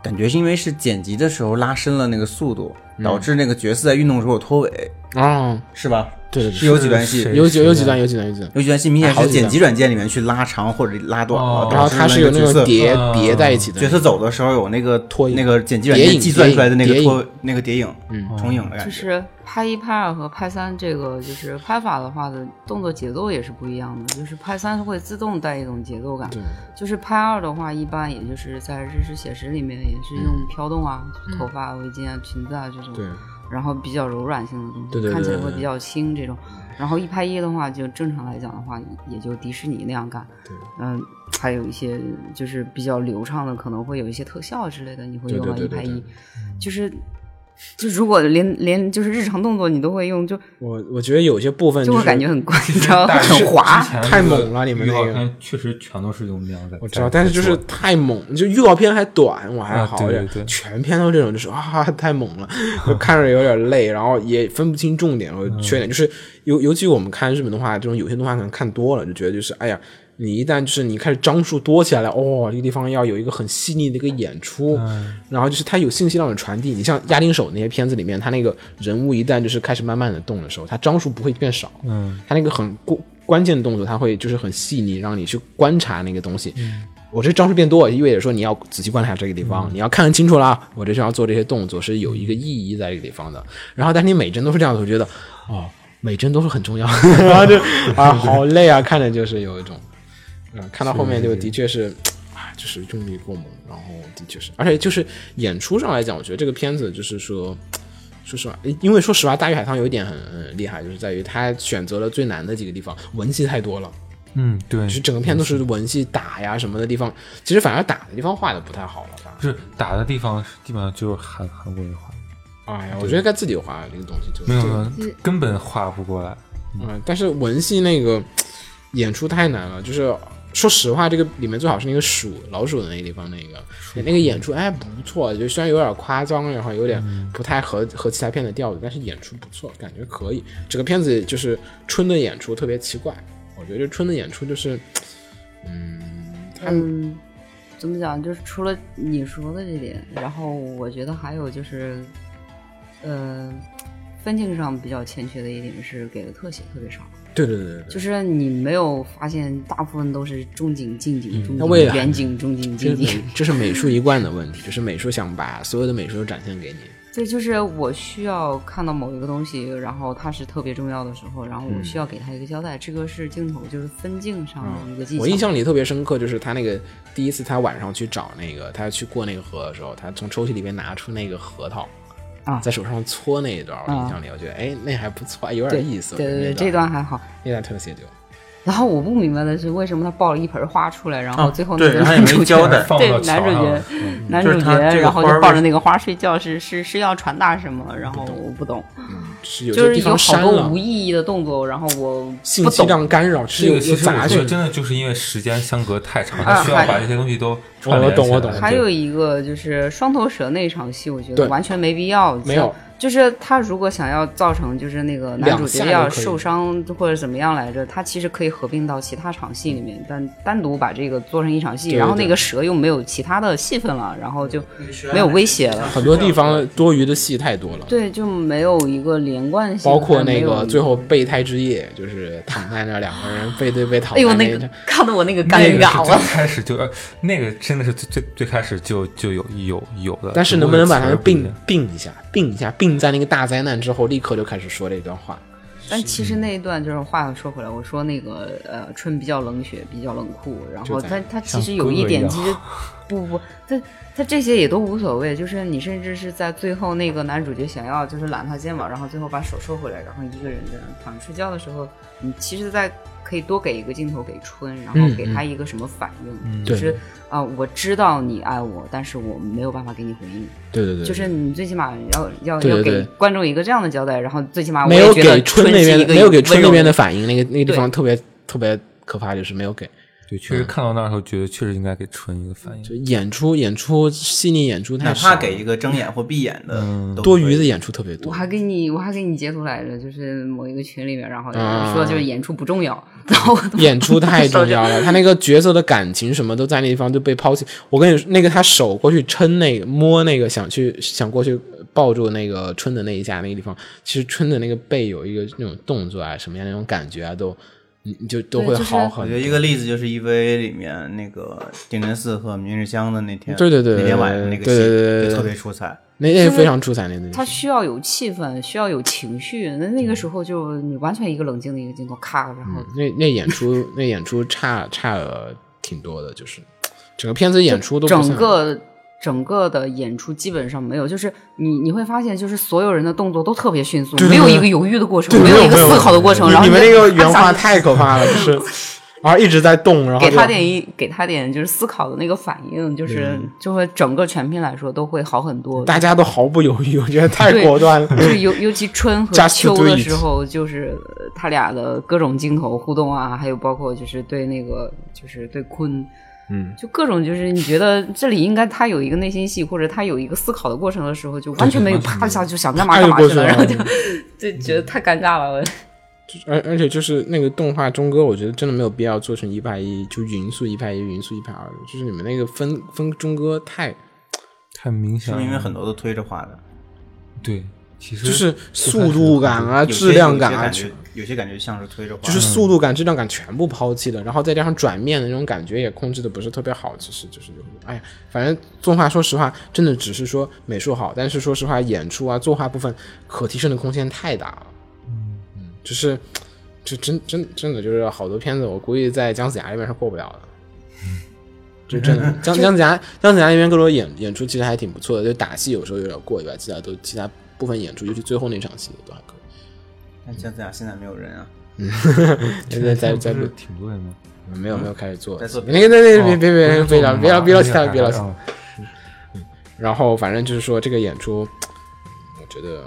C: 感觉是因为是剪辑的时候拉伸了那个速度，
A: 嗯
C: 导致那个角色在运动的时候有拖尾，
A: 哦，
C: 是吧？
A: 对对
C: 是有几段
B: 是
C: 戏
A: 对，有几有几段有几段有几段，
C: 有几段戏明显
A: 哎好
C: 是
A: 几段
C: 剪辑软件里面去拉长或者拉短了
B: 哦，
C: 导
A: 然后
C: 致
A: 它是有
C: 那
A: 那
C: 个角
A: 种
C: 色
A: 叠
B: 嗯
A: 叠在一起的
C: 角色走的时候有那个
A: 拖影
C: 那个剪辑软件计算出来的那个拖那个叠影，嗯，重影的感
D: 哦就
C: 觉。
D: 是拍一、拍二和拍三这个，就是拍法的话的动作节奏也是不一样的。就是拍三会自动带一种节奏感，就是拍二的话，一般也就是在日式写实里面也是用飘动啊、就是头发、围巾啊、裙子啊这种，
A: 对
D: 然后比较柔软性的东西，
A: 对对对
D: 看起来
A: 对
D: 会
A: 对
D: 比较轻这种。然后一拍一的话，就正常来讲的话，也就迪士尼那样干。
A: 对，
D: 嗯，还有一些就是比较流畅的，可能会有一些特效之类的，你会
A: 对
D: 用
A: 对
D: 到
A: 对
D: 一
A: 对
D: 拍
A: 对
D: 一，就是就如果连连就是日常动作你都会用，就
A: 我我觉得有些部分嗯
D: 就
A: 就是
D: 会
A: 嗯
D: 感觉很怪，你知道吗很滑。
A: 太猛了你们那个
B: 预告片确实全都是用那样在。
A: 我知道，但是就是太猛，就预告片还短，我还
B: 啊
A: 好
B: 对
A: 一点，
B: 对对
A: 全片都这种，就是啊 太猛了，就看着有点累，然后也分不清重点和
B: 嗯
A: 缺点，就是尤尤其我们看日本动画，这种有些动画可能看多了，就觉得就是哎呀，你一旦就是你开始张数多起来了，哦，这个地方要有一个很细腻的一个演出，
B: 嗯
A: 然后就是它有信息量的传递。你像《压丁手》那些片子里面，它那个人物一旦就是开始慢慢的动的时候，它张数不会变少，
B: 嗯，
A: 它那个很关关键动作，它会就是很细腻，让你去观察那个东西。我这张数变多，意味着说你要仔细观察这个地方，你要看清楚了啊，我这是要做这些动作是有一个意义在这个地方的。然后，但是你每帧都是这样的，我觉得哦，每帧都是很重 要，然后就啊好累啊，看着就是有一种，嗯，看到后面就的确是。啊，就是用力过猛，然后的确是，而且就是演出上来讲，我觉得这个片子就是说，说实话，因为说实话，《大鱼海棠》有一点很很厉害，就是在于它选择了最难的几个地方，文戏太多了，
B: 嗯，对，
A: 就是
B: 就
A: 整个片都是文戏打呀什么的地方，其实反而打的地方画的不太好了吧？
B: 是打的地方基本上就是韩韩国人画，
A: 哎呀，我觉得该自己画这个东西就
B: 没有
A: 就
B: 没有根本画不过来。
A: 嗯，但是文戏那个演出太难了，就是说实话，这个里面最好是那个鼠老鼠的那个地方那个那个演出，哎不错，就虽然有点夸张，然后有点不太合、和其他片的调子，但是演出不错，感觉可以。整个片子就是春的演出特别奇怪，我觉得春的演出就是，嗯，他们
D: 嗯，怎么讲？就是除了你说的这点，然后我觉得还有就是，呃，分镜上比较欠缺的一点是给的特写特别少，
A: 对对对对对，
D: 就是你没有发现大部分都是中景、近景、中
A: 那为
D: 景、
A: 了
D: 远景、中景、
A: 这
D: 近
A: 是
D: 景
A: 美。这是美术一贯的问题，就是美术想把所有的美术都展现给你。
D: 对，就是我需要看到某一个东西，然后它是特别重要的时候，然后我需要给它一个交代。这个是镜头，就是分镜上的一个技巧。
A: 我印象里特别深刻，就是他那个第一次他晚上去找那个他去过那个河的时候，他从抽屉里面拿出那个核桃。
D: 啊
A: 在手上搓那一段，我印象里，我觉得哎，那还不错，哎有
D: 对
A: 点意思。
D: 对对对，
A: 我觉得
D: 这段还好。
A: 那段特写就，
D: 然后我不明白的是，为什么他抱了一盆花出来，然后
C: 啊
D: 最后那
C: 对，
D: 个
C: 然后也
D: 男主
C: 没
D: 角，
C: 交代，
B: 放
D: 对
B: 到
D: 男
B: 墙
D: 主
B: 上
D: 角
B: 了，
D: 男
C: 就
D: 主
C: 是
D: 角
C: 他这个
D: 然后
C: 花儿
D: 就抱
C: 为什
D: 着那个花睡觉，是是是要传达什么？然后我不懂。
A: 嗯，是有
D: 就
A: 些
D: 是
A: 地
D: 有
A: 方
D: 好
A: 删
D: 多无
A: 了，
D: 意义的动作，然后我
A: 信
D: 不
A: 息
D: 懂。
A: 量干扰，是
B: 这
A: 有
B: 个其
A: 有
B: 实我
A: 杂
B: 觉得
A: 讯。
B: 真的就是因为时间相隔太长，
D: 啊
B: 他需要
D: 还
B: 把这些东西都串联
A: 我懂
B: 起来
A: 我懂
D: 还有一个就是双头蛇那一场戏，我觉
A: 对
D: 得完全没必要。
A: 没有
D: 像，就是他如果想要造成就是那个男
A: 两
D: 主角
A: 下
D: 要
A: 就可以
D: 受伤或者怎么样来着，他其实可以合并到其他场戏里面，但单独把这个做成一场戏，
A: 嗯对
D: 然后
A: 对
D: 那个蛇又没有其他的戏份了，然后就没有威胁了。
A: 很多地
B: 啊
A: 方多余的戏太多了，
D: 对，就没有一个连贯性，
A: 包括
D: 但没
A: 那
D: 有
A: 个最后备胎之夜，就是躺在那儿两个人背对背躺在
D: 哎呦，
A: 那
D: 那
A: 一
D: 个
A: 张
D: 看得我那个尴
B: 那个
D: 尬
B: 是最
D: 了。
B: 开始就呃，那个真的是最最最开始就就有有有的，
A: 但是
B: 只
A: 能
B: 过
A: 不能把
B: 词
A: 它
B: 儿不一
A: 并
B: 样
A: 并一下，并一下，并在那个大灾难之后，立刻就开始说这段话。
D: 但其实那一段就是话又说回来，我说那个呃，春比较冷血，比较冷酷，然
A: 就
D: 后
A: 在
D: 他他其
B: 像
D: 实有
B: 哥哥
D: 一
B: 一
D: 点，
B: 样
D: 其实不不，他他这些也都无所谓，就是你甚至是在最后那个男主角想要就是揽他肩膀，然后最后把手收回来，然后一个人在那躺着睡觉的时候，你其实，在可以多给一个镜头给春，然后
A: 嗯
D: 给他一个什么反应，就
A: 对
D: 是啊、我知道你爱我，但是我没有办法给你回应，
A: 对对对，
D: 就是你最起码要要
A: 对对
D: 要
A: 对
D: 给观众一个这样的交代，然后最起码我
A: 没
D: 也
A: 有
D: 觉得
A: 给春
D: 是
A: 那边
D: 一
A: 的
D: 个
A: 没有给
D: 温
A: 春那
D: 柔
A: 边
D: 的
A: 的反应，那个那个地
D: 对
A: 方特别特别可怕，就是没有给。
B: 对，确实看到那时候觉得确实应该给春一个反
A: 就
B: 应，
A: 演出演出细腻演出
C: 哪
A: 太少
C: 怕
A: 了，
C: 给一个睁眼或闭眼的
B: 嗯
C: 都
A: 多
C: 可以
A: 余的演出特别
D: 我
A: 多。
D: 还给你，我还给你截图来着，就是某一个群里面，然后有
A: 啊
D: 人说就是演出不重要，然后我他 妈
A: 演出太重 要了，他那个角色的感情什么都在那地方就被抛弃。我跟你说，那个他手过去撑那个摸那个想去想过去抱住那个春的那一下那个地方，其实春的那个背有一个那种动作啊，什么样那种感觉啊，都你你就都
D: 对
A: 会
D: 就是
A: 好
C: 我
A: 很
C: 觉得一
A: 多。
C: 个例子就是 EVA 里面那个丁真寺和明日香的那天，
A: 对对对
C: 那天晚上那个戏
A: 对对对对对
C: 就特别出彩。
A: 那那
D: 就是是
A: 非常出彩那那
D: 他需要有气氛，需要有情绪，那那个时候就你完全一个冷静的一个镜头，咔，然后
A: 那那演出那演出差差了挺多的，就是整个片子演出都不
D: 整
A: 像
D: 个整个的演出基本上没有，就是你你会发现，就是所有人的动作都特别迅速，
A: 对对
D: 没有
A: 对
D: 一个犹豫的过程
A: 对，
D: 没有
A: 没有
D: 一个
A: 没有
D: 思考的过程，
A: 你
D: 然后
A: 你们
D: 就
A: 那个原
D: 啊
A: 话
D: 想
A: 太可怕了，就是，然后一直在动，然后
D: 给
A: 就
D: 他点一给他点就是思考的那个反应，就是
A: 嗯
D: 就会整个全片来说都会好很多，
A: 大家都毫不犹豫，我觉得太
D: 对
A: 果断了。
D: 就是尤尤其春 和
A: Just
D: 秋
A: do it
D: 的时候，就是呃他俩的各种镜头互动啊，还有包括就是对那个就是对坤，
A: 嗯，
D: 就各种就是你觉得这里应该他有一个内心戏，或者他有一个思考的过程的时候，就完全没有，啪一下就想干嘛
A: 哎呦
D: 干嘛
A: 过
D: 去
A: 去
D: 了，
A: 了嗯
D: 然后就 就觉得太尴尬了。我
A: 而而且就是那个动画中歌，我觉得真的没有必要做成一派一，就匀速一派一，匀速一派二，就是你们那个分分中歌太
B: 太明
C: 是
B: 显
C: 不
B: 了。
C: 是因为很多都推着画的，
B: 对，其实
A: 就是速度感啊、
C: 有些
A: 质量感啊，
C: 有些
A: 全
C: 感觉有些感觉像是推着画的，嗯
A: 就是速度感、质量感全部抛弃了，然后再加上转面的那种感觉也控制的不是特别好，其实就是有，哎呀，反正作画说实话，真的只是说美术好，但是说实话，演出啊、作画部分可提升的空间太大了。嗯就是，这真真真的就是好多片子，我估计在姜子牙那边是过不了的。就真的，姜姜子牙姜子牙那边各种演演出其实还挺不错的，就打戏有时候有点过以外，其他都其他部分演出，尤其最后那场戏都还可以。
C: 但姜子牙现在没有人啊，
A: 现在在在
B: 在挺多人吗？
A: 没有没有开始做，
C: 在做
A: 那个那个别
B: 哦
A: 别别别聊别聊别聊其他的别聊其他。的。
B: 嗯
A: 然后反正就是说这个演出，我觉得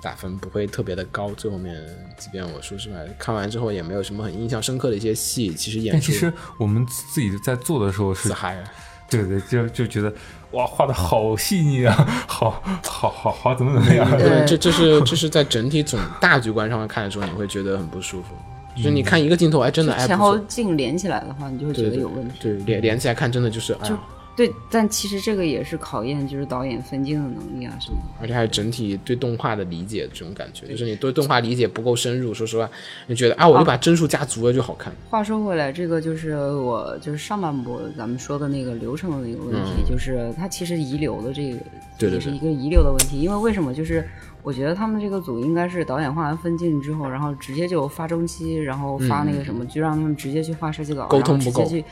A: 打分不会特别的高。最后面，即便我说实话，看完之后也没有什么很印象深刻的一些戏，其实演
B: 但
A: 出
B: 其实我们自己在做的时候是
A: 自，嗨了。啊
B: 对对，就就觉得哇，画的好细腻啊， 好好好好，怎么怎么样？
A: 对，这这是这是在整体总大局观上看的时候，你会觉得很不舒服。就是你看一个镜头，哎，真 的哎，
D: 前
A: 不错
D: 后镜连起来的话，你就会觉
A: 对
D: 得
A: 对
D: 有问题。
A: 对连连起来看，真的就是哎呀，
D: 对，但其实这个也是考验就是导演分镜的能力啊什么的。
A: 而且还有整体对动画的理解这种感觉，就是你对动画理解不够深入，说实话，你觉得啊，我
D: 哦
A: 就把帧数加足了就好看。
D: 话说回来，这个就是我就是上半部咱们说的那个流程的那个问题，就是它其实遗留的这个
A: 嗯对对
D: 也是
A: 对
D: 一个遗留的问题。因为为什么？就是我觉得他们这个组应该是导演画完分镜之后，然后直接就发中期，然后发那个什么，就让他们直接去画设计稿，
A: 嗯沟通不
D: 然后
A: 够
D: 直接去。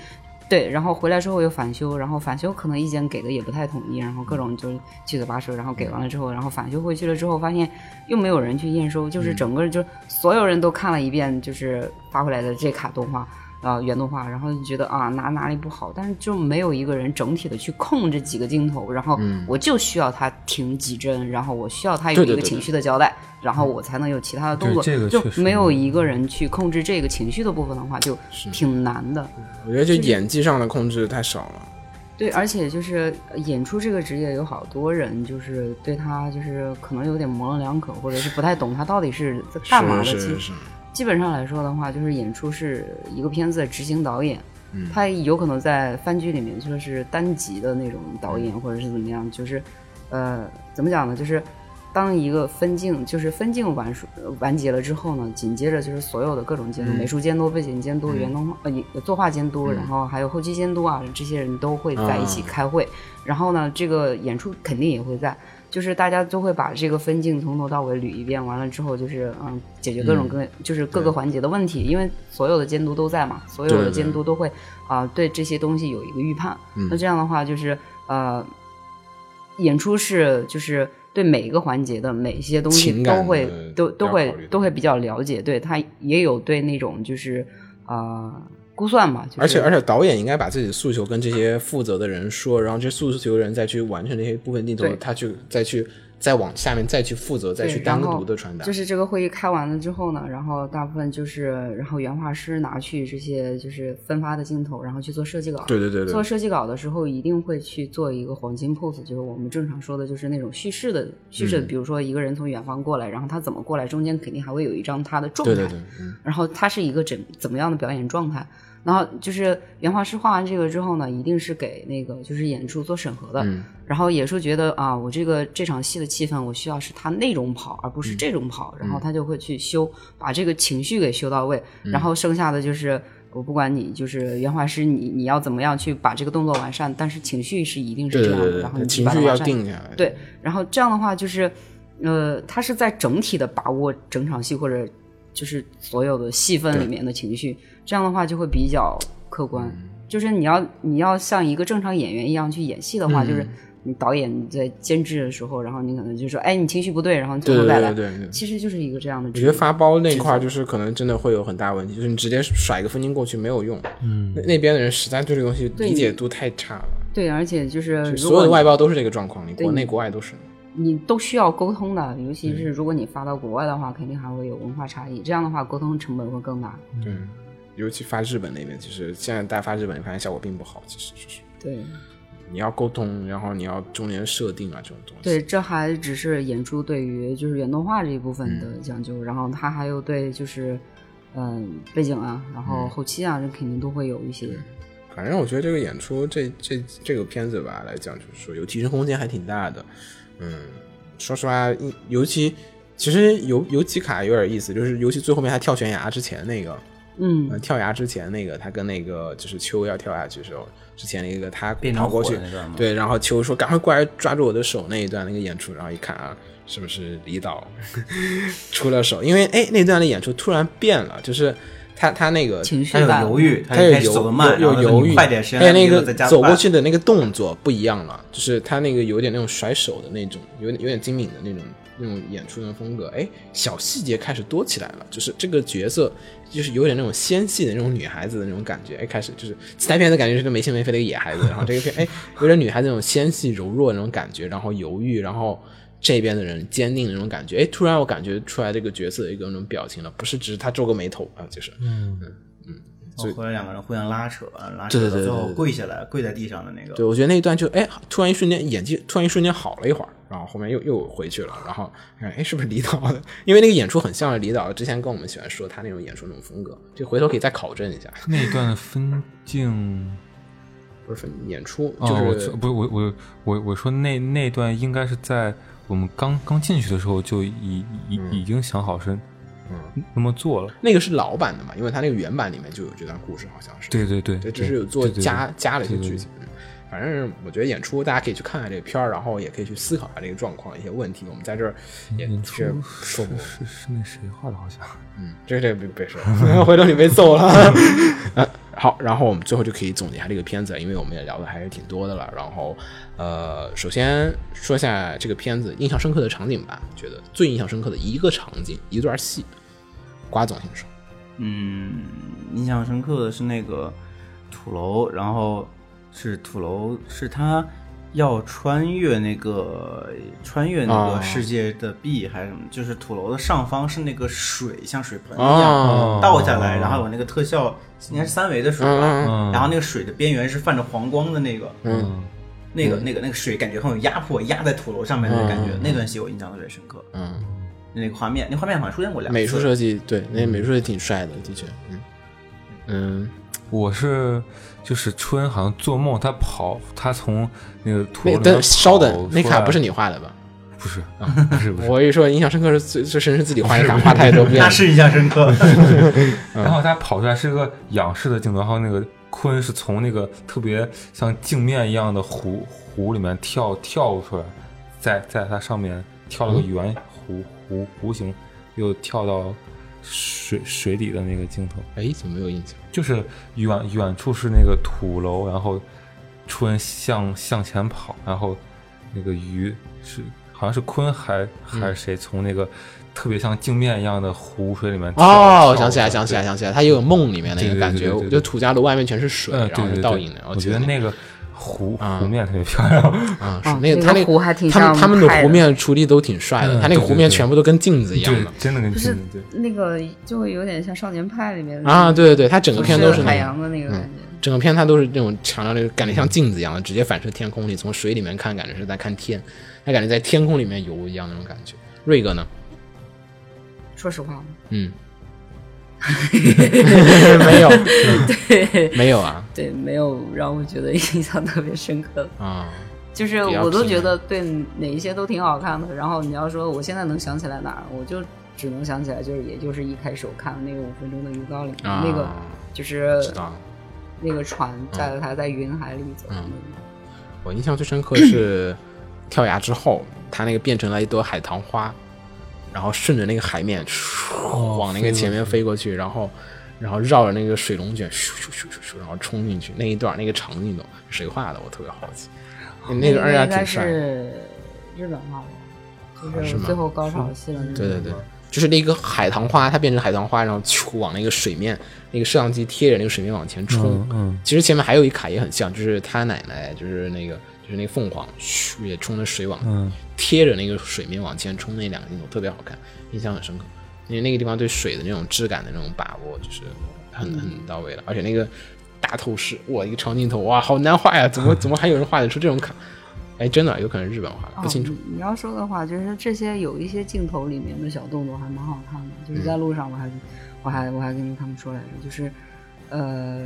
D: 对，然后回来之后又返修，然后返修可能意见给的也不太统一，然后各种就是七嘴八舌，然后给完了之后，然后返修回去了之后，发现又没有
B: 嗯
D: 人去验收，就是整个就所有人都看了一遍，就是发回来的这卡动画，呃原动画，然后就觉得啊哪哪里不好，但是就没有一个人整体的去控制几个镜头，然后
B: 嗯
D: 我就需要他停几帧，然后我需要他有
A: 对
D: 一
A: 对
D: 个
A: 对
D: 情绪的交代，然后我才能有其他的动
B: 嗯
D: 作，
B: 对这个确实
D: 就没有一个人去控制这个情绪的部分的话，就挺难的。
A: 我觉得就演技上的控制太少了。
D: 对，而且就是呃演出这个职业，有好多人就是对他就是可能有点模棱两可，或者是不太懂他到底是在干嘛的。
A: 是是
D: 其
A: 是是，
D: 基本上来说的话，就是演出是一个片子的执行导演，他有可能在番剧里面就是单集的那种导演，或者是怎么样，就是呃，怎么讲呢？就是当一个分镜，就是分镜完熟呃完结了之后呢，紧接着就是所有的各种监督，美术监督、背景监督、员工呃也作画监督，然后还有后期监督啊，这些人都会在一起开会。然后呢，这个演出肯定也会在，就是大家都会把这个分镜从头到尾捋一遍，完了之后就是嗯，解决各种各、就是各个环节的问题，因为所有的监督都在嘛，所有
A: 对
D: 的
A: 对
D: 监督都会啊、对这些东西有一个预判。
A: 嗯
D: 那这样的话就是呃，演出是就是对每一个环节的每一些东西
A: 情感
D: 都会
A: 的
D: 都
A: 要
D: 都
A: 考虑
D: 会
A: 的
D: 都会比较了解，对他也有对那种就是呃估算嘛，就是、
A: 而且而且导演应该把自己的诉求跟这些负责的人说，然后这些诉求的人再去完成这些部分定做，
D: 对
A: 他去再去再往下面再去负责，再
D: 对
A: 去单
D: 然
A: 独
D: 后
A: 的传达
D: 就。是这个会议开完了之后呢，然后大部分就是，然后原画师拿去这些就是分发的镜头，然后去做设计稿。
A: 对对对对
D: 做，设计稿的时候，一定会去做一个黄金 pose，就是我们正常说的，就是那种叙事的叙事
A: 嗯
D: 的。比如说一个人从远方过来，然后他怎么过来，中间肯定还会有一张他的状态。
A: 对对对，嗯
D: 然后他是一个怎怎么样的表演状态。然后就是原画师画完这个之后呢，一定是给那个就是演出做审核的。
A: 嗯
D: 然后演出觉得啊，我这个这场戏的气氛，我需要是他那种跑，而
A: 嗯
D: 不是这种跑。然后他就会去修，把这个情绪给修到位。
A: 嗯
D: 然后剩下的就是我不管你就是原画师，你你要怎么样去把这个动作完善，但是情绪是一定是
A: 对
D: 这
A: 对
D: 样的。
A: 对
D: 然后
A: 对，
D: 你去
A: 情
D: 把它
A: 绪
D: 完
A: 要
D: 善
A: 定下来。
D: 对，然后这样的话就是，呃，他是在整体的把握整场戏或者就是所有的戏份里面的情绪，这样的话就会比较客观。
A: 嗯
D: 就是你要你要像一个正常演员一样去演戏的
A: 嗯
D: 话，就是你导演你在监制的时候，然后你可能就说，哎，你情绪不对，然后你从
A: 对
D: 头
A: 对
D: 再来。
A: 对对对。对
D: 其实就是一个这样的
A: 我
D: 制
A: 觉
D: 度。
A: 得发包那块儿就是可能真的会有很大问题，就是你直接甩一个分镜过去没有用，嗯，那边的人实在对这个东西
D: 对
A: 理解度太差了，
D: 对，而且就是如
A: 所有
D: 果
A: 的
D: 你
A: 外包都是这个状况，你
D: 对
A: 国内
D: 你
A: 国外都是，
D: 你都需要沟通的，尤其
A: 嗯
D: 是如果你发到国外的话，肯定还会有文化差异，这样的话沟通成本会更大。
A: 对，尤其发日本那边，其实现在大家发日本，发现效果并不好，其实就是
D: 对。
A: 你要沟通，然后你要中间设定啊这种东西，
D: 对，这还只是演出对于就是原动画这一部分的
A: 嗯
D: 讲究，然后它还有对就是嗯、背景啊，然后
A: 嗯
D: 后期啊，这肯定都会有一些。
A: 反正我觉得这个演出这这这个片子吧来讲，就是说有提升空间还挺大的。嗯，说实话，一尤其其实有有几卡有点意思，就是尤其最后面他跳悬崖之前那个，
D: 嗯
A: 呃，跳崖之前那个他跟那个就是秋要跳下去的时候，之前那个他
C: 变成
A: 跑过
C: 火
A: 去
C: 的那段吗，
A: 对，然后秋说赶快过来抓住我的手那一段那个演出，然后一看啊。是不是李导 出了手？因为哎，那段的演出突然变了，就是他他那个
D: 情绪
C: 他有
D: 吧，嗯
C: 犹豫，他
A: 他
C: 一
A: 有
C: 开始
A: 犹
C: 走得慢，
A: 有
C: 然后
A: 有
C: 就
A: 犹
C: 你
A: 豫，
C: 快点时间，
A: 还有那
C: 你又
A: 个
C: 再加
A: 走
C: 快
A: 过去的那个动作不一样了，就是他那个有点那种甩手的那种，有点有点精明的那种那种演出的风格。哎，小细节开始多起来了，就是这个角色就是有点那种纤细的那种女孩子的那种感觉。哎，开始就是其他片子感觉是个没心没肺的一个野孩子，然后这个片哎有点女孩子那种纤细柔弱的那种感觉，然后犹豫，然后。这边的人坚定的那种感觉，哎，突然我感觉出来这个角色的一个那种表情了，不是只是他皱个眉头啊，就是，
C: 哦后来两个人互相拉扯，拉
A: 对
C: 扯
A: 对
C: 到
A: 对
C: 最后
A: 对对
C: 跪下来，跪在地上的那个
A: 对，，我觉得那一段就哎，突然一瞬间演技突然一瞬间好了一会儿，然后后面又又回去了，然后看哎是不是李导的？ 因为那个演出很像是李导之前跟我们喜欢说他那种演出那种风格，就回头可以再考证一下，
B: 那一段的分镜，
A: 不是分演出
B: 哦，
A: 就
B: 我
A: 是、
B: 说不是我我我我说那那段应该是在我们刚刚进去的时候就已已、已经想好是那么做了。
A: 那个是老版的嘛，因为他那个原版里面就有这段故事，好像是
B: 对对对，
A: 对，只是有做
B: 对对对
A: 加加了一些
B: 对对
A: 剧情。嗯反正我觉得演出大家可以去看看这个片儿，然后也可以去思考一下这个状况一些问题。我们在这儿也
B: 演出
A: 是说
B: 是
A: 不
B: 是是那谁画的，好像。
A: 嗯，这个这个别别说，回头你被揍了。 呃，好，然后我们最后就可以总结一下这个片子，因为我们也聊的还是挺多的了。然后，呃，首先说一下这个片子印象深刻的场景吧，觉得最印象深刻的一个场景一段戏，瓜总先说。
C: 嗯，印象深刻的是那个土楼，然后是土楼，是他要穿越那个穿越那
A: 哦
C: 个世界的壁还是什么？就是土楼的上方是那个水，像水盆一
A: 哦
C: 样倒下来，然后有那个特效，应该是三维的水吧。
A: 嗯
C: 然后那个水的边缘是泛着黄光的那个，
B: 嗯
C: 那个、那个、那个水感觉很有压迫，压在土楼上面的感觉。那段戏我印象特别深刻，
A: 嗯
C: 那个画面，那画面好像出现过
A: 嗯，
C: 两次。
A: 美术设计对，那美术设计挺帅的，的确，嗯嗯，
B: 我是就是春好像做梦，他跑，他从那个土
A: 那个
B: 楼里面
A: 灯烧的
B: 跑出
A: 那卡
B: 来
A: 不是你画的吧？
B: 不是啊不 是不是，
A: 我一说印象深刻是最最深是自己画那卡画太多遍
C: 那
A: 了，
C: 是印象 深刻。
B: 然后他跑出来是个仰视的镜头，然后那个鲲是从那个特别像镜面一样的湖湖里面跳跳出来，在在它上面跳了个
A: 嗯
B: 圆弧弧弧形，又跳到水水底的那个镜头，
A: 哎，怎么没有印象？
B: 就是远远处是那个土楼，然后鲲向向前跑，然后那个鱼是好像是鲲还还是谁从那个特别像镜面一样的湖水里面跳
A: 哦，
B: 跳
A: 想起来，
B: 出
A: 想起来，
B: 对
A: 想起来，它也有梦里面那
B: 对
A: 个
B: 对
A: 感
B: 对
A: 觉
B: 对对，对
A: 就土家楼外面全是水，啊
B: 嗯，
A: 然
B: 对
A: 后
B: 对
A: 是
B: 对，
A: 倒影的。
B: 我
A: 记
B: 觉得
A: 那
B: 那个湖
A: 啊
B: 湖面特别漂亮，
A: 个啊，是
D: 哦
A: 那个
D: 那个
A: 他那
D: 湖还挺
A: 他们
D: 像
A: 他们的
D: 派
A: 湖
D: 的
A: 面处理都挺帅的，
B: 嗯
A: 他那个
B: 对
A: 湖
B: 对
A: 面
B: 对
A: 全部都跟镜子一样
B: 对
A: 的，
B: 真的跟
D: 不
B: 真
D: 是
B: 的对。
D: 那个就会有点像少年派里面的
A: 啊，对对对，他整个嗯
D: 那
A: 片
D: 种
A: 都是
D: 海
A: 那种，
D: 洋的那个感觉。
A: 整个片它都是那种强调那个感觉像
B: 嗯
A: 镜子一样的，直接反射天空里，从水里面看感觉是在看天，他感觉在天空里面游一样那种感觉。瑞哥呢？
D: 说实话，
A: 嗯，没有，
D: 对
A: 没有啊
D: 对，没有让我觉得印象特别深刻。
A: 啊，
D: 就是
A: 比较
D: 我都
A: 平
D: 觉得对哪一些都挺好看的。然后你要说我现在能想起来哪儿，我就只能想起来，就是也就是一开始我看的那个五分钟的预告里面、
A: 啊
D: 那个，就是
A: 知道了。
D: 那个船
A: 嗯
D: 载着他在云海里走的那个。
A: 我印象最深刻 是跳崖之后，它那个变成了一朵海棠花，然后顺着那个海面唰
B: 哦
A: 往那个前面飞过去，然后然后绕着那个水龙卷咻咻咻咻咻，然后冲进去那一段那个场景，谁画的？我特别好奇。那个二丫
D: 应该
A: 挺帅的，啊
D: 是日本画的，就是是
A: 吗
D: 最后高潮戏了。
A: 对对对，就是那个海棠花，它变成海棠花，然后咻往那个水面，那个摄像机贴着那个水面往前冲。
B: 嗯嗯，
A: 其实前面还有一卡也很像，就是他奶奶，就是那个就是那个凤凰，嘘也冲着水往、
B: 嗯
A: 贴着那个水面往前冲，那两个镜头特别好看，印象很深刻，因为那个地方对水的那种质感的那种把握就是
D: 嗯
A: 很很到位了，而且那个大透视，哇，一个长镜头，哇，好难画呀，怎么怎 么还有人画得出这种卡？哎，真的有可能是日本画的，不清楚
D: 哦。你要说的话，就是这些有一些镜头里面的小动作还蛮好看的。
A: 嗯
D: 就是在路上，我还、我还我还跟他们说来着，就是呃，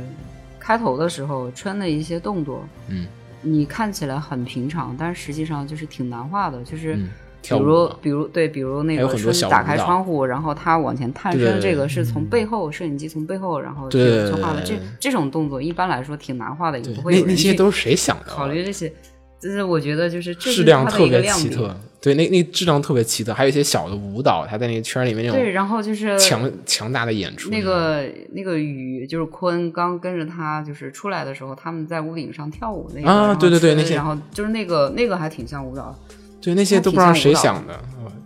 D: 开头的时候穿的一些动作，
A: 嗯，
D: 你看起来很平常，但实际上就是挺难画的，就是。
A: 嗯
D: 比
A: 跳舞
D: 如
A: 嘛，
D: 比如对，比如那
A: 还有
D: 个
A: 很多
D: 说是
A: 小
D: 打
A: 舞
D: 开
A: 蹈
D: 窗户，然后他往前探
A: 对对
D: 身，
A: 对
D: 这个是从背后摄影机从背后，然后
A: 对对对
D: 去去画的。
A: 对
D: 这
A: 对
D: 这种动作一般来说挺难画的，也
A: 对
D: 不会
A: 那
D: 有
A: 那
D: 人
A: 些
D: 去
A: 都是谁想的啊？
D: 考虑这些。就是我觉得就是这
A: 质
D: 是
A: 量
D: 它的
A: 特
D: 一个
A: 别
D: 亮
A: 奇
D: 点。
A: 特，对，那那质量特别奇特，还有一些小的舞蹈，他在那个圈里面那种
D: 对，然后就是
A: 强强大的演出。
D: 那个那个雨，就是坤刚跟着他就是出来的时候，他们在屋顶上跳舞那个
A: 啊
D: 然后
A: 对对对
D: 吹
A: 那些
D: 然后就是那个那个还挺像舞蹈，
A: 对那些都不知道谁想的，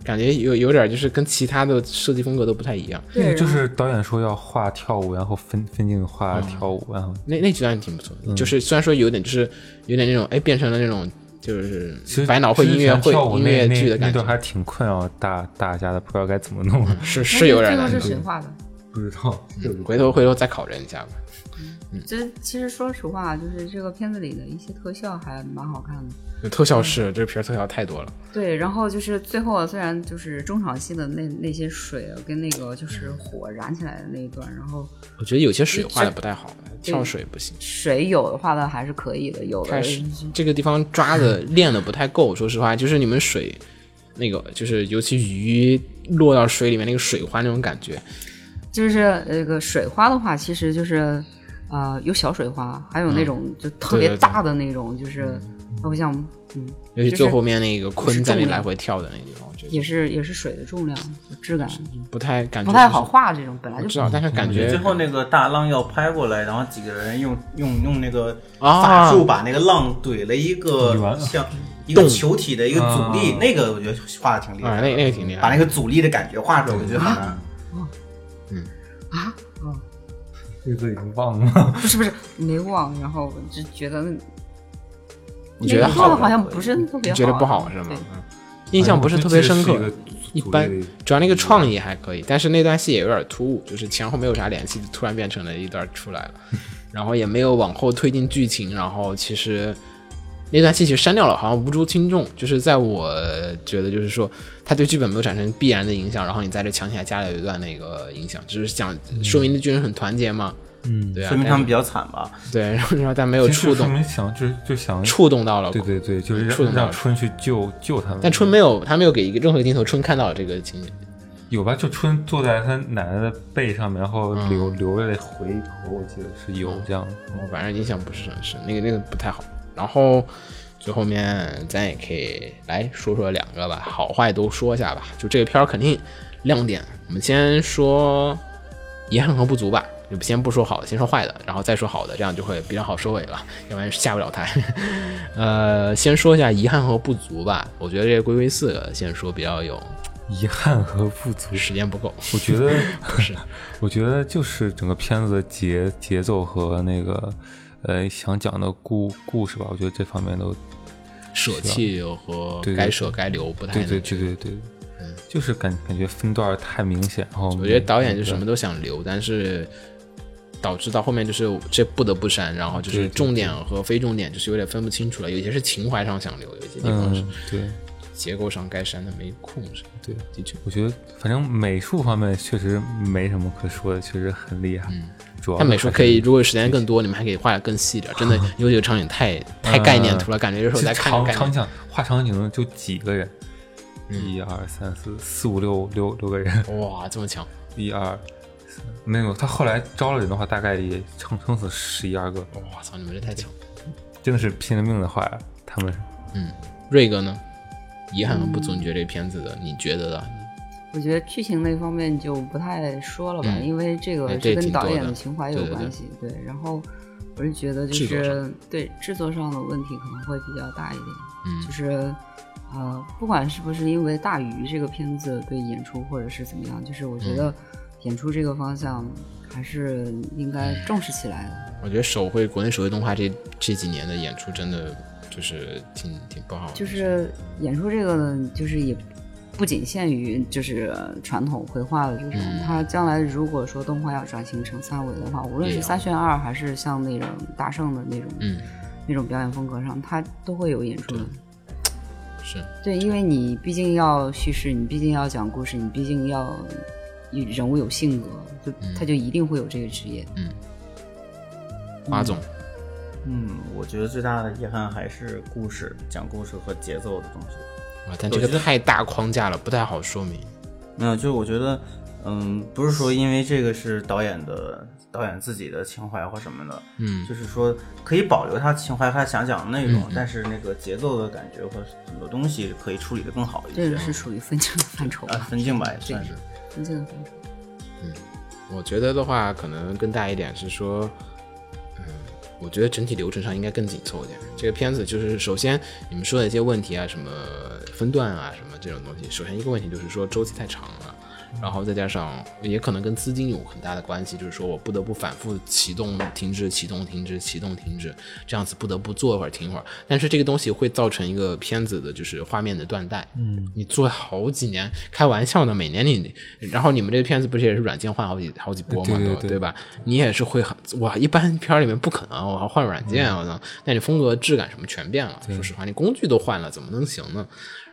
A: 感觉有有点就是跟其他的设计风格都不太一样。
B: 那
D: 对
B: 个就
D: 然后
B: 是导演说要画跳舞，然后分分镜画跳舞，
A: 嗯
B: 然后
A: 那那几段挺不错的，
B: 嗯
A: 就是虽然说有点就是有点那种哎变成了那种就是
B: 其实
A: 百脑汇音乐会
B: 之前跳舞
A: 音
B: 那
A: 乐剧的
B: 那
A: 感
B: 那段
A: 觉，
B: 还挺困扰大大家的，不知道该怎么弄，
A: 是
D: 那
A: 是有点
D: 这个
A: 难
D: 是
A: 度。
D: 谁画的？
B: 不知道
A: 回头回头再考证一下吧。嗯
D: 这其实说实话，就是这个片子里的一些特效还蛮好看的。
A: 特效是这个片儿特效太多了，
D: 对，然后就是最后啊虽然就是中场戏的那那些水啊跟那个
A: 嗯
D: 就是火燃起来的那一段，然后
A: 我觉得有些水画的不太好，跳水不行。
D: 水有的画的还是可以的，有的
A: 开始这个地方抓的练的不太够，说实话，就是你们水那个，就是尤其鱼落到水里面那个水花那种感觉，
D: 就是那个水花的话，其实就是呃有小水花，还有那种就特
A: 对对
D: 别
A: 嗯对
D: 大的那种，就是我想嗯
A: 尤其
D: 就是
A: 最后面那个鲲在那
D: 重量
A: 来回跳的那个地方，我觉得
D: 也是也是水的重量质感
A: 不太感觉
D: 不太
A: 是
D: 好。画，这种本来
A: 我
D: 就
A: 知道，但是感觉
C: 最后那个大浪要拍过来，然后几个人用用用那个
A: 啊
C: 法术把那个浪怼了一
B: 圆
C: 个像一个球体的一个阻力
B: 啊，
C: 那个我觉得画的挺厉
A: 啊，
C: 害，
A: 嗯那那个挺厉
C: 把
A: 害
C: 那
A: 的。
C: 个阻力的感觉画出来，我觉得好难。
D: 啊，哦，
B: 日子已经忘了，
D: 不是不是没忘，然后就觉得那
A: 你觉得
D: 那个做的
A: 好，
D: 好像不是特
A: 你
D: 别好，啊
A: 觉得不好是吗
D: 对？
A: 嗯 印象不是特别深刻，一般
B: 组织里
A: 主要那个创意还可以，但是那段戏也有点突兀，就是前后没有啥联系，就突然变成了一段出 来了，然后也没有往后推进剧情，然后其实那段戏其实删掉了，好像无足轻重。就是在我觉得，就是说它对剧本没有产生必然的影响，然后你在这强行还加了一段那个影响，就是想说明那军人很团结嘛，嗯，对啊，
C: 嗯说明他
A: 但
C: 们比较惨吧？
A: 是对，然后然后但没有
B: 其实
A: 触
B: 就是
A: 动，
B: 没想就就想
A: 触动到了，
B: 对对对，就是
A: 触动
B: 让
A: 到
B: 让
A: 了
B: 春去救救他们。
A: 但春没有，他没有给一个任何一个镜头，春看到了这个情景，
B: 有吧？就春坐在他奶奶的背上面，然后
A: 嗯
B: 流流着泪回头，我记得是有这样的。
A: 我反正印象不是很深，那个那个不太好。然后最后面咱也可以来说说两个吧，好坏都说一下吧。就这个片儿肯定亮点，我们先说遗憾和不足吧。就先不说好的，先说坏的，然后再说好的，这样就会比较好收尾了，要不然下不了台。 呃，先说一下遗憾和不足吧。我觉得这个归为四个，先说比较有
B: 遗憾和不足，
A: 时间不够。
B: 我 觉得
A: 是，
B: 我觉得就是整个片子的节节奏和那个呃想讲的故故事吧，我觉得这方面都
A: 舍弃和
B: 对对
A: 该舍该留不太
B: 对
A: 能
B: 对对对对，就是感感觉分段太明显，然后
A: 我觉得导演就什么都想留，但是导致到后面就是这不得不删，然后就是
B: 对对
A: 重点和非重点就是有点分不清楚了，有些是情怀上想留，有些地方是
B: 嗯对。
A: 结构上该删的没控制。
B: 对
A: 的确，
B: 我觉得反正美术方面确实没什么可说的，确实很厉害。主要
A: 嗯但美术可以，
B: 还是
A: 如果时间更多，你们还可以画的更细点。真 的，有几个场景太
B: 嗯
A: 太概念图了，感觉就是我
B: 其
A: 在
B: 实
A: 看嗯个
B: 场
A: 概
B: 场
A: 念。
B: 景画场景的就几个人，一二三四四五六六六个人，
A: 哇，这么强！
B: 一二三没有。他后来招了人的话，大概也撑撑死十一二个，
A: 哇操，你们这太强了！
B: 真的是拼了命的画呀。他们
A: 瑞哥呢？遗憾和不
B: 嗯
A: 足，你觉得这片子的，你觉得的？
D: 我觉得剧情那方面就不太说了吧，
A: 嗯
D: 因为这
A: 哎
D: 个
A: 这
D: 是跟
A: 挺多
D: 导演
A: 的
D: 的情怀有
A: 对对对
D: 关系。对然后我是觉得就
A: 制作
D: 是对制作上的问题可能会比较大一点，
A: 嗯
D: 就是呃，不管是不是因为《大鱼》这个片子对演出或者是怎么样，就是我
A: 嗯
D: 觉得演出这个方向还是应该重视起来的。
A: 我觉得手绘国内手绘动画这这几年的演出真的就是挺挺不好的，
D: 就是演出这个呢，就是也不仅限于就是传统绘画的这种，它将来如果说动画要转型成三维的话，无论
A: 也
D: 是
A: 有
D: 三选二还是像那种大圣的那种、
A: 嗯
D: 那种表演风格上，它都会有演出的。
A: 是
D: 对，因为你毕竟要叙事，你毕竟要讲故事，你毕竟要与人物有性格，就、他就一定会有这个职业。
A: 花总，
C: 嗯，我觉得最大的遗憾还是故事，讲故事和节奏的东西。
A: 哇，但这个
C: 我觉得
A: 太大框架了，不太好说明。
C: 没有，就是我觉得，嗯，不是说因为这个是导演的导演自己的情怀或什么的，
A: 嗯
C: 就是说可以保留他情怀他想讲的内容，但是那个节奏的感觉和很多东西可以处理的更好一
D: 这
C: 些
D: 个。是属于分镜的范畴
C: 啊，
D: 吧？
C: 分镜吧，也算是。
D: 分镜的范畴。
A: 我觉得的话，可能更大一点是说，嗯，我觉得整体流程上应该更紧凑一点。这个片子就是首先你们说的一些问题啊，什么分段啊，什么这种东西，首先一个问题就是说周期太长了。然后再加上，也可能跟资金有很大的关系，就是说我不得不反复启动、停止、启动、停止、启动、停止，这样子不得不坐一会儿、停一会儿。但是这个东西会造成一个片子的，就是画面的断代。嗯，你做好几年，开玩笑呢，每年你，然后你们这个片子不是也是软件换好几好几波嘛，
B: 对对
A: 吧
B: 对
A: 吧？你也是会很哇，一般片儿里面不可能，我要换软
B: 嗯
A: 件，我操、那你风格、质感什么全变了。说实话，你工具都换了，怎么能行呢？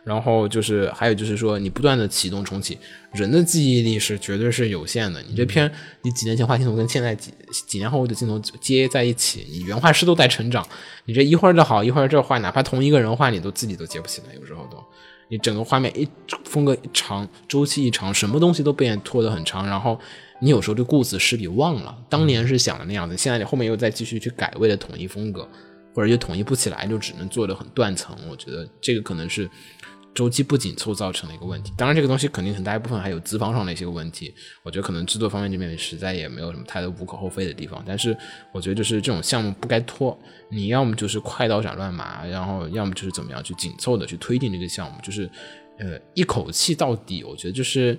A: 然后就是还有就是说，你不断的启动重启，人的记忆力是绝对是有限的。你这片你几年前画镜头跟现在几几年后的镜头接在一起，你原画师都在成长，你这一会儿这好一会儿这坏，哪怕同一个人画，你都自己都接不起来，有时候都。你整个画面一风格一长，周期一长，什么东西都被拖得很长，然后你有时候对顾此失彼，忘了当年是想的那样子，现在你后面又再继续去改，为了统一风格，或者就统一不起来，就只能做的很断层。我觉得这个可能是周期不紧凑造成的一个问题。当然，这个东西肯定很大一部分还有资方上的一些问题。我觉得可能制作方面这边实在也没有什么太多无可厚非的地方。但是我觉得就是这种项目不该拖，你要么就是快刀斩乱麻，然后要么就是怎么样去紧凑的去推进这个项目，就是呃一口气到底。我觉得就是。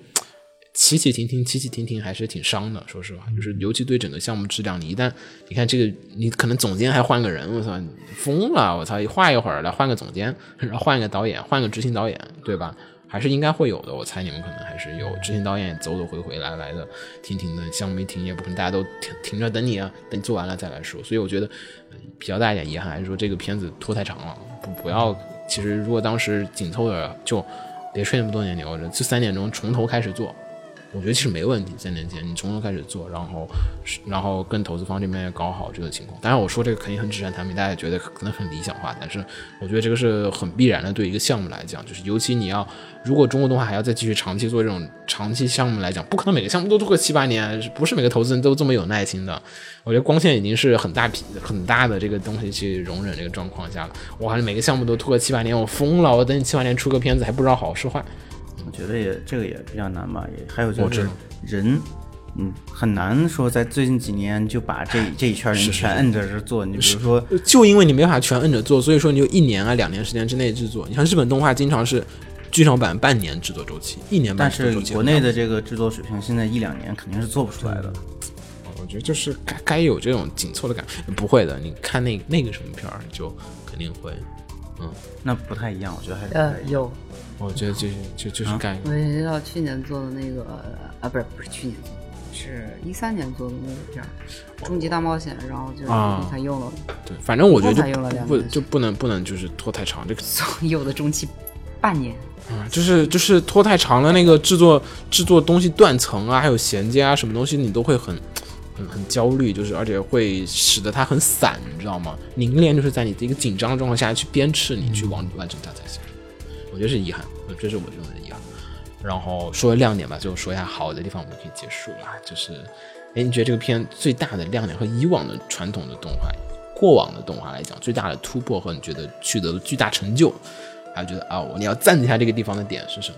A: 起起停停，起起停停，还是挺伤的。说实话，就是尤其对整个项目质量，你一旦你看这个，你可能总监还换个人，我操，你疯了！我操，画一会儿来换个总监，然后换个导演，换个执行导演，对吧？还是应该会有的，我猜你们可能还是有执行导演走走回回来来的，停停的，项目没停也不可能大家都停停着等你啊，等你做完了再来说。所以我觉得呃比较大一点遗憾还是说这个片子拖太长了，不不要，其实如果当时紧凑点儿就别吹那么多年牛了，就三点钟从头开始做，我觉得其实没问题。三年前你从头开始做，然后是然后跟投资方这边也搞好这个情况。当然，我说这个肯定很纸上谈兵，大家也觉得可能很理想化，但是我觉得这个是很必然的。对于一个项目来讲，就是尤其你要如果中国动画还要再继续长期做这种长期项目来讲，不可能每个项目都做个七八年，不是每个投资人都这么有耐心的。我觉得光线已经是很大批很大的这个东西去容忍这个状况下了。我还是每个项目都拖个七八年，我疯了！我等你七八年出个片子还不知道好是坏。
C: 我觉得也这个也比较难吧，也还有
A: 我
C: 就
A: 知
C: 是
A: 道
C: 人，嗯，很难说在最近几年就把 这这一圈人全摁着这做。你比如说，
A: 呃就因为你没法全摁着做，所以说你就一年啊两年时间之内制作。你像日本动画，经常是剧场版半年制作周期，一年半
C: 但
A: 制作周
C: 是
A: 期。
C: 国内的这个制作水平，现在一两年肯定是做不出来的。
A: 嗯我觉得就是该该有这种紧凑的感，不会的。你看那那个什么片儿，就肯定会。
C: 那不太一样，我觉得还是不太一
D: 呃，
C: 样。
D: 有，
A: 我觉得就是就
C: 啊
A: 就是该有。
D: 我也知道去年做的那个啊，不是不是去年做的，是一三年做的那个片儿《终极大冒险》，然后就是
A: 啊
D: 才用了，
A: 对，反正我觉
D: 我才用
A: 得
D: 了
A: 就
D: 两
A: 不
D: 年
A: 就不能不能就是拖太长，这个
D: 总有的中期半年。
A: 啊，就是就是拖太长了，那个制作制作东西断层啊，还有衔接啊，什么东西你都会很很很焦虑，就是而且会使得它很散，你知道吗？凝练就是在你的一个紧张的状况下去鞭笞你
B: 嗯
A: 去完完成它才行。我觉得是遗憾，呃这是我认为的遗憾。然后说亮点吧，最后说一下好的地方，我们可以结束了。就是，哎，你觉得这个片最大的亮点和以往的传统的动画、过往的动画来讲，最大的突破和你觉得取得的巨大成就，还有觉得啊，我你要赞一下这个地方的点是什么？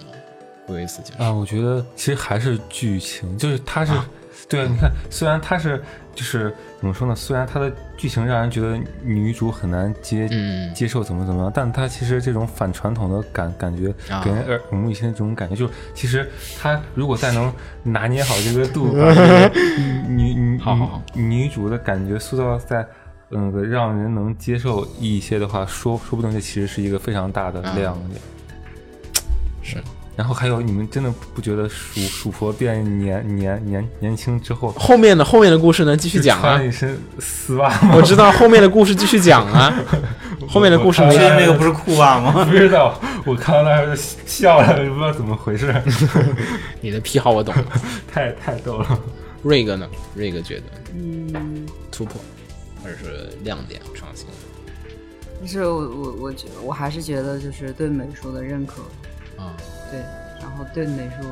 A: 我有意思就是，啊
B: 啊，我觉得其实还是剧情，就是它是， 对，你看，虽然它是就是怎么说呢，虽然它的剧情让人觉得女主很难接、
A: 嗯
B: 接受怎么怎么样，但它其实这种反传统的感感觉
A: 啊，
B: 给人呃耳耳目一新的这种感觉，就是其实它如果再能拿捏好这个度，把这个女 女
A: 好好好
B: 女女主的感觉塑造在。嗯，让人能接受一些的话，说说不定这其实是一个非常大的
A: 啊
B: 亮点。
A: 是
B: 然后还有，你们真的不觉得鼠鼠婆变年年年年轻之后，
A: 后面的后面的故事呢，继续讲
B: 穿
A: 啊
B: 了。一身丝袜 吗？
A: 我知道后面的故事继续讲啊，后面的故事
B: 我
A: 呢
B: 看
C: 确
B: 了
C: 定那个不是裤袜吗？
B: 不知道，我看到那儿就笑了，不知道怎么回事，
A: 你的癖好我懂了。
B: 太太逗了。
A: 瑞哥呢？瑞哥觉得
D: 嗯，
A: 突破，或者是亮点创新
D: 但是我我我觉我还是觉得就是对美术的认可，
A: 啊？
D: 对，然后对美术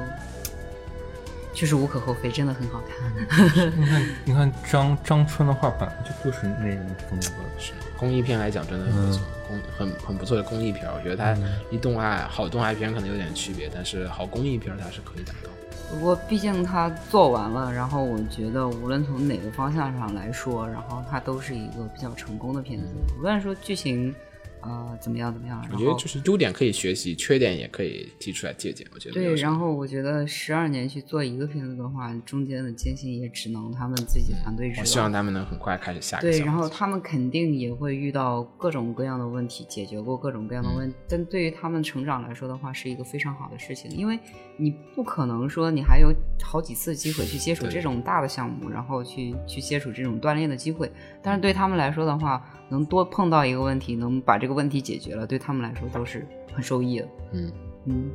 D: 确实无可厚非，真的很好看。
B: 你看，你看张张春的画板就就是那种风格，
A: 是公益片来讲，真的很不错，公很很不错的公益片儿。我觉得它离动画好动画片可能有点区别，但是好公益片儿它是可以达到。
D: 不过毕竟它做完了，然后我觉得无论从哪个方向上来说，然后它都是一个比较成功的片子，无论说剧情。呃，怎么样怎么样？然
A: 我
D: 后
A: 觉得就是优点可以学习，缺点也可以提出来借鉴。我觉得没
D: 对，
A: 有什么
D: 然后我觉得十二年去做一个片子的话，中间的艰辛也只能他们自己团队
A: 我
D: 知道。
A: 希望他们能很快开始下一个
D: 对，
A: 项
D: 然
A: 目
D: 后他们肯定也会遇到各种各样的问题，解决过各种各样的
A: 嗯
D: 问题，但对于他们成长来说的话，是一个非常好的事情，因为你不可能说你还有好几次机会去接触
A: 对
D: 这种大的项目，然后去去接触这种锻炼的机会，但
A: 嗯
D: 是对他们来说的话，能多碰到一个问题，能把这个问题解决了，对他们来说都是很受益的。
A: 嗯，
D: 嗯，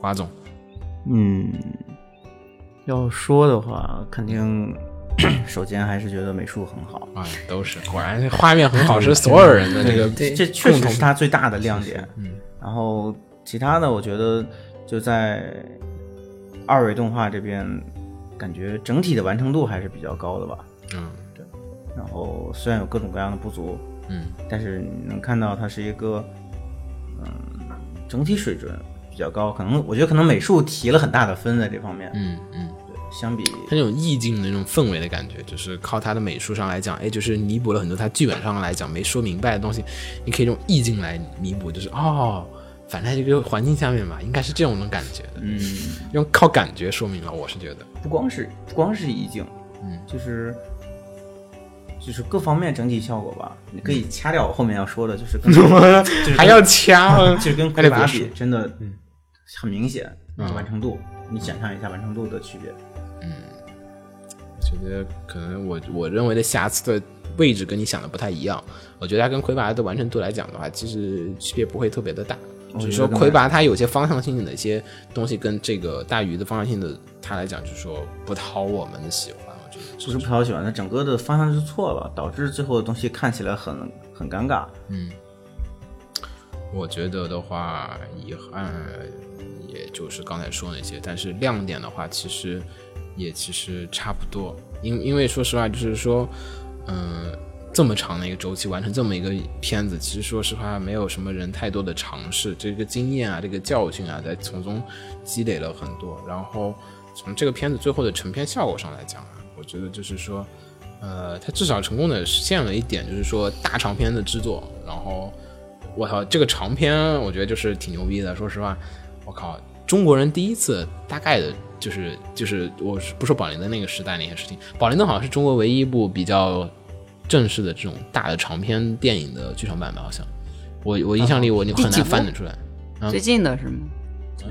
A: 瓜总，
C: 嗯，要说的话，肯定 首先还是觉得美术很好。
A: 哎，都是果然画面很好，是所有人的这个
C: 这确实是他最大的亮点。
A: 嗯
C: 然后其他的，我觉得就在二维动画这边，感觉整体的完成度还是比较高的吧。
A: 嗯
C: 然后虽然有各种各样的不足，
A: 嗯
C: 但是你能看到它是一个，嗯，整体水准比较高。可能我觉得可能美术提了很大的分在这方面，
A: 嗯嗯，
C: 相比
A: 他那种意境的那种氛围的感觉，就是靠他的美术上来讲，哎，就是弥补了很多他剧本上来讲没说明白的东西，你可以用意境来弥补，就是哦，反正在这个环境下面吧，应该是这种能感觉的，
C: 嗯，
A: 用靠感觉说明了，我是觉 得，
C: 不光是不光是意境，
A: 嗯，
C: 就是就是各方面整体效果吧。你可
A: 嗯
C: 以掐掉我后面要说的，就是 跟就是跟
A: 还要掐吗？
C: 就是跟
A: 还
C: 魁
A: 得
C: 拔
A: 别
C: 比
A: 说，
C: 真的
B: 嗯
C: 很明显，
A: 嗯
C: 完成度，你想象一下完成度的区别。
A: 我觉得可能我我认为的瑕疵的位置跟你想的不太一样。我觉得它跟魁拔的完成度来讲的话，其实区别不会特别的大，
C: 我
A: 只是
C: 觉
A: 哦说
C: 得
A: 魁拔它有些方向性的一些东西跟这个大鱼的方向性的，它来讲就是说不讨我们的喜欢。我觉得
C: 不是不讨喜欢，它整个的方向就错了，导致最后的东西看起来很很尴尬。
A: 我觉得的话，遗憾也就是刚才说那些，但是亮点的话，其实也其实差不多。因因为说实话，就是说，嗯、这么长的一个周期完成这么一个片子，其实说实话，没有什么人太多的尝试，这个经验啊，这个教训啊，在从中积累了很多。然后从这个片子最后的成片效果上来讲啊，我觉得就是说，呃，它至少成功的实现了一点，就是说大长篇的制作，然后。我操，这个长篇我觉得就是挺牛逼的。说实话，我靠，中国人第一次大概的就是就是，我是不说宝莲灯那个时代那些事情，宝莲灯好像是中国唯一一部比较正式的这种大的长篇电影的剧场版吧，好像我我印象里我你很
D: 啊第几
A: 难
D: 部
A: 翻得出来。
D: 最近的是吗？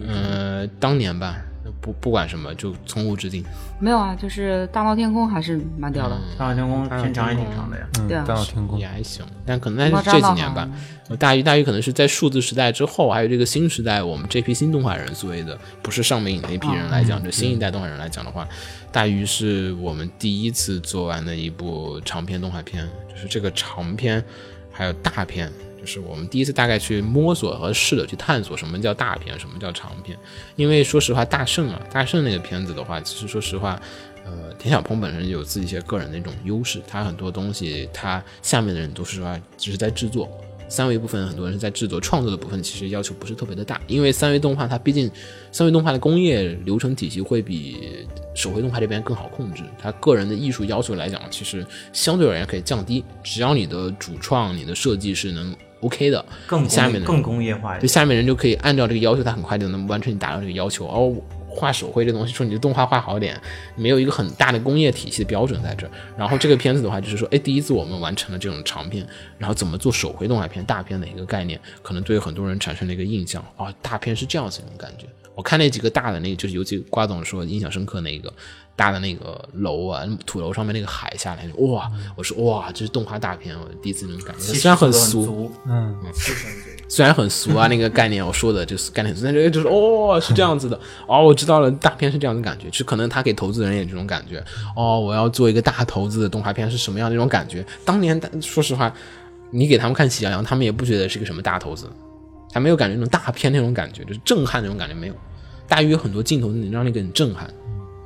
A: 呃，当年吧，不不管什么，就从无止境。
D: 没有啊，就是大闹天宫还是蛮屌的，
C: 大闹天宫
A: 大闹
C: 片长也
A: 天
C: 挺
A: 宫
C: 长的呀，
B: 嗯，
D: 对啊
B: 大闹天宫
A: 也，还行，但可能那
D: 猫
A: 是
D: 抓
A: 这
D: 到
A: 几年
D: 好
A: 吧呃
D: 像。
A: 大鱼大鱼可能是在数字时代之后，还有这个新时代，我们这批新动画人所谓的，不是上面影那一批人来讲，就新一代动画人来讲的话，大鱼是我们第一次做完的一部长篇动画片，就是这个长篇还有大片。就是我们第一次大概去摸索和试着去探索什么叫大片，什么叫长片。因为说实话，大圣啊，大圣那个片子的话，其实说实话，呃，田晓鹏本身有自己一些个人的一种优势，他很多东西，他下面的人都是说只是在制作。三维部分很多人是在制作创作的部分，其实要求不是特别的大，因为三维动画它毕竟三维动画的工业流程体系会比手绘动画这边更好控制，它个人的艺术要求来讲，其实相对而言可以降低，只要你的主创、你的设计是能 OK 的，
C: 更
A: 下面
C: 工
A: 的
C: 更工业化一
A: 就
C: 点。
A: 下面人就可以按照这个要求，他很快就能完成你达到这个要求。哦，画手绘这东西，说你的动画画好点，没有一个很大的工业体系的标准在这儿。然后这个片子的话，就是说，哎，第一次我们完成了这种长片，然后怎么做手绘动画片、大片的一个概念，可能对很多人产生了一个印象，哦，大片是这样子一种感觉。我看那几个大的那个，就是尤其瓜总说印象深刻那个大的那个楼啊，土楼上面那个海下来，哇！我说哇，这是动画大片，我第一次能感觉到，
C: 气势
A: 虽然很
C: 都
A: 俗，
C: 足，
B: 嗯，
C: 气势很足
A: 虽然很俗啊，那个概念我说的就是概念很俗，但是就是哦是这样子的， 哦我知道了，大片是这样的感觉，就可能他给投资人也这种感觉，哦我要做一个大投资的动画片是什么样的一种感觉？当年大说实话，你给他们看《喜羊羊》，他们也不觉得是个什么大投资，他没有感觉那种大片那种感觉，就是震撼那种感觉没有。大鱼有很多镜头能让你很震撼，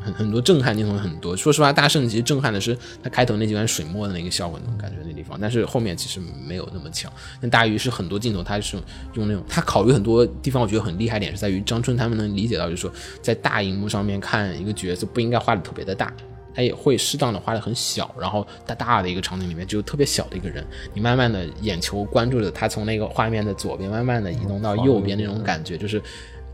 A: 很很多震撼镜头很多。说实话，大圣其实震撼的是他开头那几段水墨的那个效果那种感觉那地方，但是后面其实没有那么强。但大鱼是很多镜头，他是用那种他考虑很多地方，我觉得很厉害一点是在于张春他们能理解到，就是说在大荧幕上面看一个角色不应该画的特别的大。他也会适当的画的很小，然后大大的一个场景里面只有特别小的一个人，你慢慢的眼球关注着他从那个画面的左边慢慢的移动到右边那种感觉，就是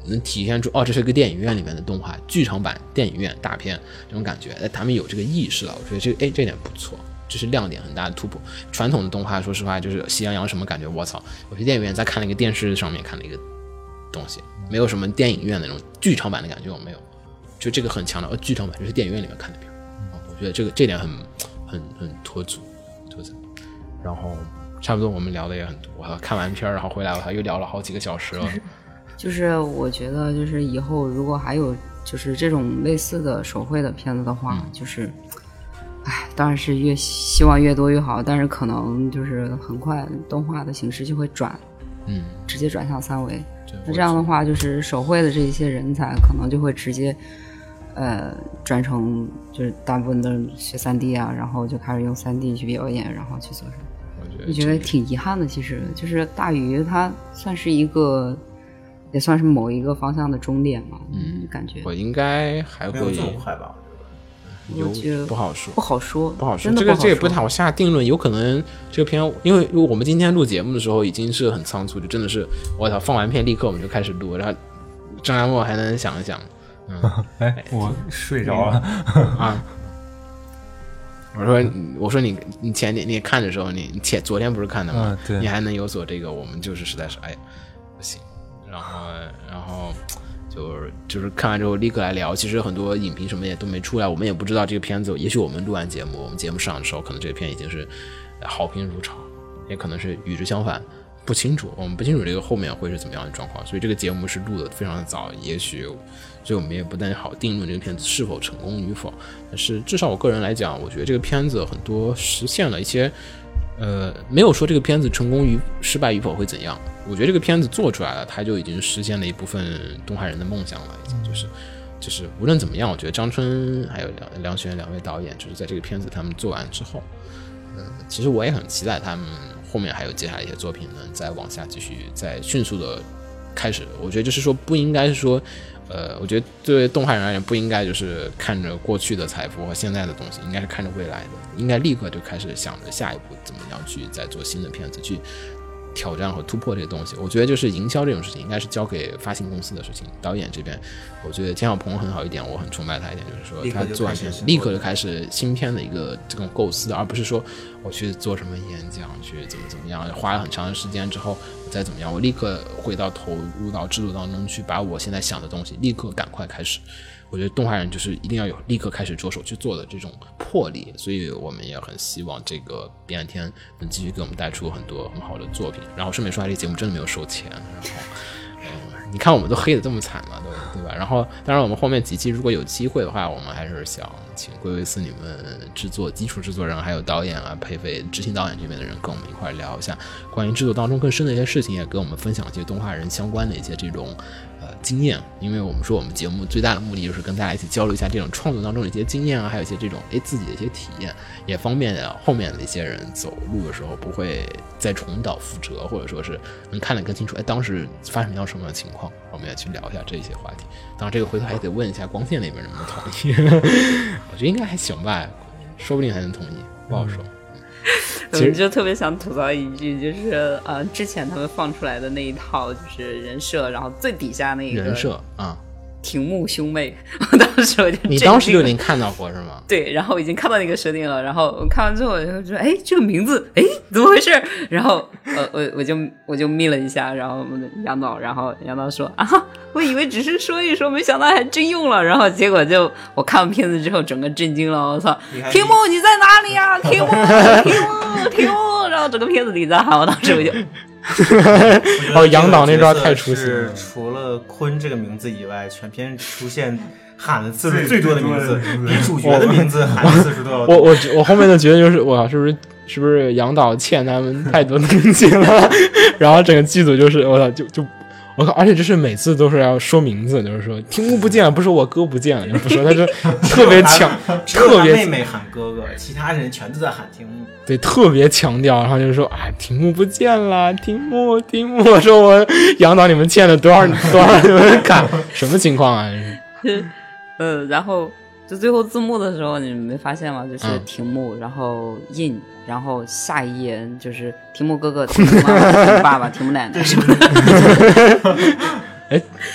A: 能体现出哦，这是一个电影院里面的动画，剧场版电影院大片这种感觉，哎他们有这个意识了，我觉得这个哎这点不错。这是亮点很大的突破。传统的动画，说实话，就是《喜羊羊》什么感觉？我操！我去电影院在看那个电视上面看那个东西，没有什么电影院那种剧场版的感觉，我没有。就这个很强的，呃，剧场版就是电影院里面看的片儿。哦我觉得这个这点很很很脱足脱俗。然后差不多我们聊的也很多，我操看完片儿然后回来，我操又聊了好几个小时了。
D: 就是我觉得就是以后如果还有就是这种类似的手绘的片子的话，就是，唉，当然是越希望越多越好，但是可能就是很快动画的形式就会转，
A: 嗯，
D: 直接转向三维。
A: 对
D: 那这样的话，就是手绘的这一些人才可能就会直接，呃，转成就是大部分的人学三 D 啊，然后就开始用三 D 去表演，然后去做什么。
A: 我觉得
D: 我觉得挺遗憾的，其实就是大鱼它算是一个，也算是某一个方向的终点吧，嗯，感觉
A: 我应该还
C: 没有
A: 会
C: 这么快吧？我觉得
D: 我觉
A: 有
D: 得
A: 不好说
D: 不。好说，
A: 不好说，
D: 真的
A: 这个
D: 好
A: 这也不太
D: 说
A: 好下定论，有可能这个片，因为我们今天录节目的时候已经是很仓促，就真的是我操，放完片立刻我们就开始录，然后张亚默还能想一想
B: 哎，我睡着了。
A: 啊。我说，我说你你前天你看的时候，你你前昨天不是看的吗
B: 嗯？对
A: 你还能有所这个，我们就是实在是哎不行，然后然后就是就是看完之后立刻来聊，其实很多影评什么也都没出来，我们也不知道这个片子，也许我们录完节目，我们节目上的时候，可能这个片已经是呃好评如潮，也可能是与之相反。不清楚，我们不清楚这个后面会是怎么样的状况，所以这个节目是录的非常的早，也许所以我们也不太好定论这个片子是否成功与否。但是至少我个人来讲，我觉得这个片子很多实现了一些，呃，没有说这个片子成功与失败与否会怎样。我觉得这个片子做出来了，它就已经实现了一部分东海人的梦想了，已经就是。就是无论怎么样，我觉得张春还有梁梁璇两位导演，就是在这个片子他们做完之后，其实我也很期待他们后面还有接下来一些作品能再往下继续，再迅速的开始。呃我觉得就是说，不应该是说，呃，我觉得对动画人而言，不应该就是看着过去的财富和现在的东西，应该是看着未来的，应该立刻就开始想着下一步怎么样去再做新的片子去。挑战和突破这个东西，我觉得就是营销这种事情，应该是交给发行公司的事情。导演这边，我觉得田晓鹏很好一点，我很崇拜他一点，就是说
C: 立刻
A: 他
C: 就
A: 做完
C: 开始
A: 片
C: 行动
A: 立刻就开始新片的一个这种构思，而不是说我去做什么演讲，去怎么怎么样，花了很长的时间之后，我再怎么样，我立刻回到投入到制作当中去，把我现在想的东西立刻赶快开始。我觉得动画人就是一定要有立刻开始着手去做的这种魄力，所以我们也很希望这个彼岸天能继续给我们带出很多很好的作品。然后顺便说，下，这个节目真的没有收钱，然后。嗯你看我们都黑的这么惨了，对对吧？然后，当然我们后面几期如果有机会的话，我们还是想请贵维斯你们制作基础制作人，还有导演啊、佩菲执行导演这边的人跟我们一块儿聊一下关于制作当中更深的一些事情，也跟我们分享一些动画人相关的一些这种呃经验。因为我们说我们节目最大的目的就是跟大家一起交流一下这种创作当中的一些经验啊，还有一些这种诶自己的一些体验，也方便呃后面的一些人走路的时候不会再重蹈覆辙，或者说是能看得更清楚。哎，当时发生了什么样的情况？我们也去聊一下这些话题。当然，这个回头还得问一下光线那边能不能同意。 我觉得应该还行吧，说不定还能同意，不好说。
D: 我
A: 其实
D: 就特别想吐槽一句，就是呃，之前他们放出来的那一套就是人设，然后最底下那个
A: 人设啊、
D: 屏幕兄妹， 我当时我就
A: 你
D: 震
A: 当时
D: 惊
A: 就
D: 了
A: 能看到过是吗？
D: 对，然后已经看到那个设定了，然后我看完之后我就觉得，哎，这个名字，哎，怎么回事？然后呃，我我就我就眯了一下，然后我们的杨导，然后杨导说啊，我以为只是说一说，没想到还真用了。然后结果就我看完片子之后，整个震惊了，我操！
C: 你还
D: 屏幕你在哪里呀、屏 幕，屏幕，屏幕！然后整个片子里在喊，我当时我就
A: 哦杨导那
C: 招
A: 段太出戏了
C: 除了坤这个名字以外，全片出现喊的次数
B: 最
C: 多的
B: 最
C: 名
B: 多的
C: 字
B: 名，字
C: 比主角的名字喊的次数都要
A: 我
C: 多。
A: 我我后面就觉得就是我是不是是不是杨导欠他们太多东西了， 然后整个剧组就是我操就就我靠，而且就是每次都是要说名字，就是说听幕不见了，不是我哥不见了，也不说他就特别 强，
C: 只 有
A: 特
C: 他
A: 别
C: 妹妹喊哥哥，其他人全都在喊听幕。
A: 对特别强调，然后就是说啊屏幕不见了，屏幕屏幕，我说我杨导你们欠了多少多少你们看 什么情况啊？
D: 嗯，然后就最后字幕的时候，你们没发现吗？就是
A: 嗯
D: 屏幕，然后印，然后下一页就是屏幕 哥哥、屏幕妈妈、屏幕爸爸、屏幕奶奶什么的。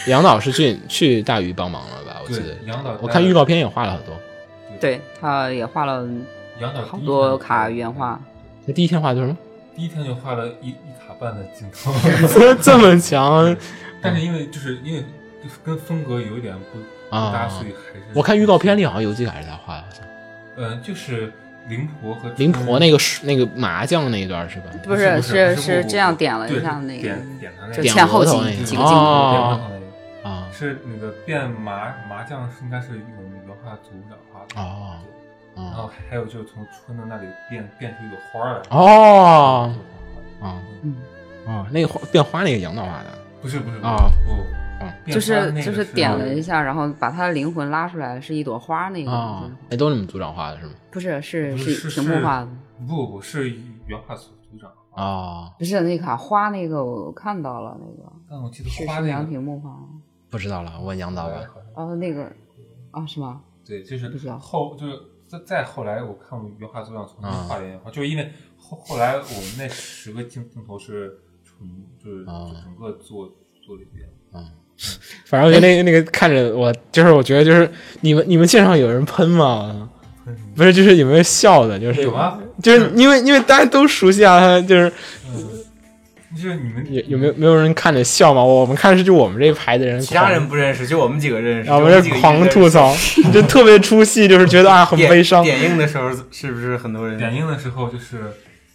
A: 杨导是去去大鱼帮忙了吧？我记
B: 对，
A: 得
B: 杨导，
A: 我看预告片也画了很多，
D: 对，他也画了
B: 杨导呃
D: 好
B: 第一
D: 多
B: 天
D: 卡原画，
A: 他第一天画的是什么？
B: 第一天就画了一一卡半的镜头，
A: 这么强。
B: 但是因为就是因为跟风格有一点不不搭，所以还是
A: 我看预告片里好像有几个还是他画的，好像
B: 嗯、就是灵婆和
A: 林婆那个是那个麻将那一段是吧？
D: 不
B: 是
D: 是
B: 不是不
D: 是
B: 不
D: 这样
B: 不
D: 点了一
B: 对
D: 下那个，
B: 点点他那个
D: 就
B: 啊
A: 点
D: 前后
A: 额
D: 几
A: 头那
D: 几个
A: 个
D: 镜
B: 头
A: 哦
D: 头。
B: 点额头那个
A: 啊
B: 是那个变麻麻将是应该是一种文化族长画的
A: 哦
B: 对然
A: 哦
B: 后还有就是从春的那里变变出一朵花儿来
A: 哦
B: 就是他画的
A: 哦
D: 嗯，
A: 哦，那个花变花那个杨导画的，
B: 不是不是
A: 啊
B: 不不
A: 嗯
B: 变
D: 就
B: 花
D: 是
B: 那个
D: 就是
B: 是
D: 点了一下，然后把他的灵魂拉出来，是一朵花那个，
A: 哦，哎，都是你们组长画的是吗？
D: 不是是
B: 不
D: 是
B: 是
D: 屏幕画的，
B: 不不是原画组组长画的，
A: 哦，
D: 不是那卡花那个我看到了那个
B: 但我记得
D: 是
B: 花
D: 是
B: 那
D: 杨
B: 个
D: 屏幕画的。
A: 不知道了，问杨导吧。
D: 哦，那个，啊，是吗？
B: 对，就是
D: 不知道
B: 后就是再再后来，我看原画作上重新画了一遍画，就是因为后后来我们那十个镜镜头是重就是
A: 啊
B: 就整个做做了一遍。
A: 反正我觉得那个那个看着我，就是我觉得就是你们你们现场有人喷吗？不是，就是有没有笑的？就是
B: 有啊吗？
A: 就是因为因为大家都熟悉啊，他就是
B: 就是你们
A: 有有没有没有人看着笑吗？我们看是就我们这一排的人，
C: 其他人不认识，就我们几个认识。
A: 然啊后我
C: 就
A: 们
C: 几
A: 这
C: 个一直
A: 狂
C: 认识
A: 吐。槽，就特别出戏，就是觉得啊很
C: 点
A: 悲伤。
C: 点映的时候是不是很多
B: 点
C: 人？
B: 映的时候，就是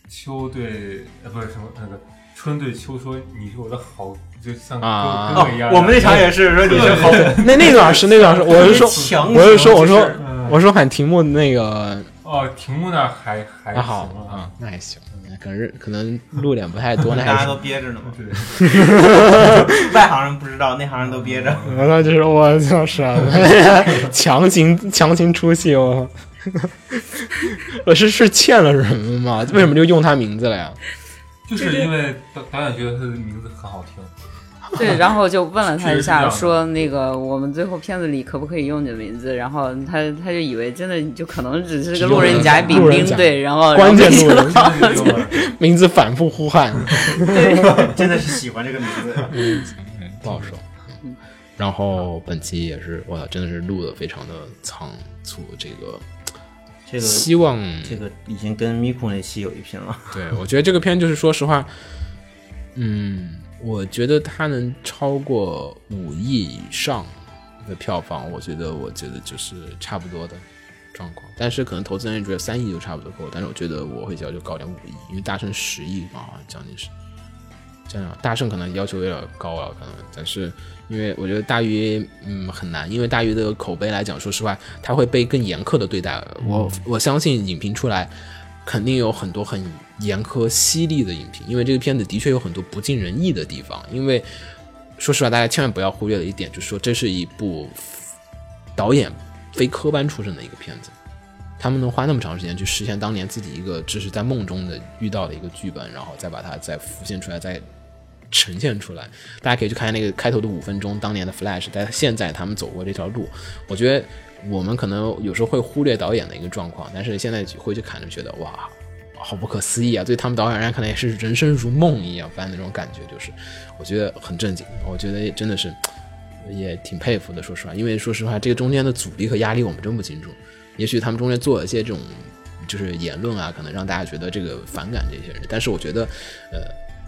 B: 秋对呃不是什么那个春对秋说你是我的好，就像哥
A: 啊
B: 哥一样。
C: 哦我们那场也是说你是好，
A: 那那段是那 段是， 我是说
C: 强
A: 我是说
C: 行
A: 我说
C: 就是
B: 嗯
A: 我说喊题目那个
B: 哦，屏幕那还
A: 还
B: 还
C: 哎
A: 好
B: 行
A: 啊，那还行，可能是可能露脸不太多，那
C: 大
A: 还
C: 家
A: 行
C: 都。憋着呢嘛。
B: 对，
C: 外行人不知道，内行人都憋着。
A: 然后就是我操，是 啊，强行强行出戏，我操！我是是欠了什么吗？为什么就用他名字了呀？
B: 就是因为导导演觉得他的名字很好 听，
D: 对，然后就问了他一下，
B: 确实是这
D: 说那个我们最后片子里可不可以用你的名字？然后他他就以为真的就可能只是个路人甲、丙
A: 路人
D: 丁
A: 甲
D: 对，然
C: 啊
D: 后
A: 关键路
D: 然后
A: 人
B: 真的是这样
A: 名字反复呼喊，
C: 真的是喜欢这个名字。
A: 不好受。然后本期也是，哇，真的是录的非常的仓促，这个
C: 这个
A: 希望
C: 这个已经跟咪咕那期有一拼了。
A: 对，我觉得这个片就是说实话，嗯，我觉得它能超过五亿以上的票房，我觉得我觉得就是差不多的状况。但是可能投资人觉得三亿就差不多够，但是我觉得我会要求高点五亿，因为大圣十亿嘛，好像将近是这样。大圣可能要求有点高了，可能，但是因为我觉得大鱼嗯很难，因为大鱼的口碑来讲，说实话，它会被更严苛的对待。我我相信影评出来。肯定有很多很严苛、犀利的影评，因为这个片子的确有很多不尽人意的地方。因为说实话，大家千万不要忽略的一点，就是说这是一部导演非科班出身的一个片子，他们能花那么长时间去实现当年自己一个只是在梦中的遇到的一个剧本，然后再把它再浮现出来，再呈现出来。大家可以去看那个开头的五分钟，当年的 Flash，但现在他们走过这条路，我觉得我们可能有时候会忽略导演的一个状况，但是现在回去看就觉得哇。好不可思议啊！对他们导演来看，可能也是人生如梦一样般那种感觉，就是我觉得很正经，我觉得真的是也挺佩服的。说实话，因为说实话，这个中间的阻力和压力我们真不清楚。也许他们中间做了一些这种就是言论啊，可能让大家觉得这个反感这些人。但是我觉得，呃，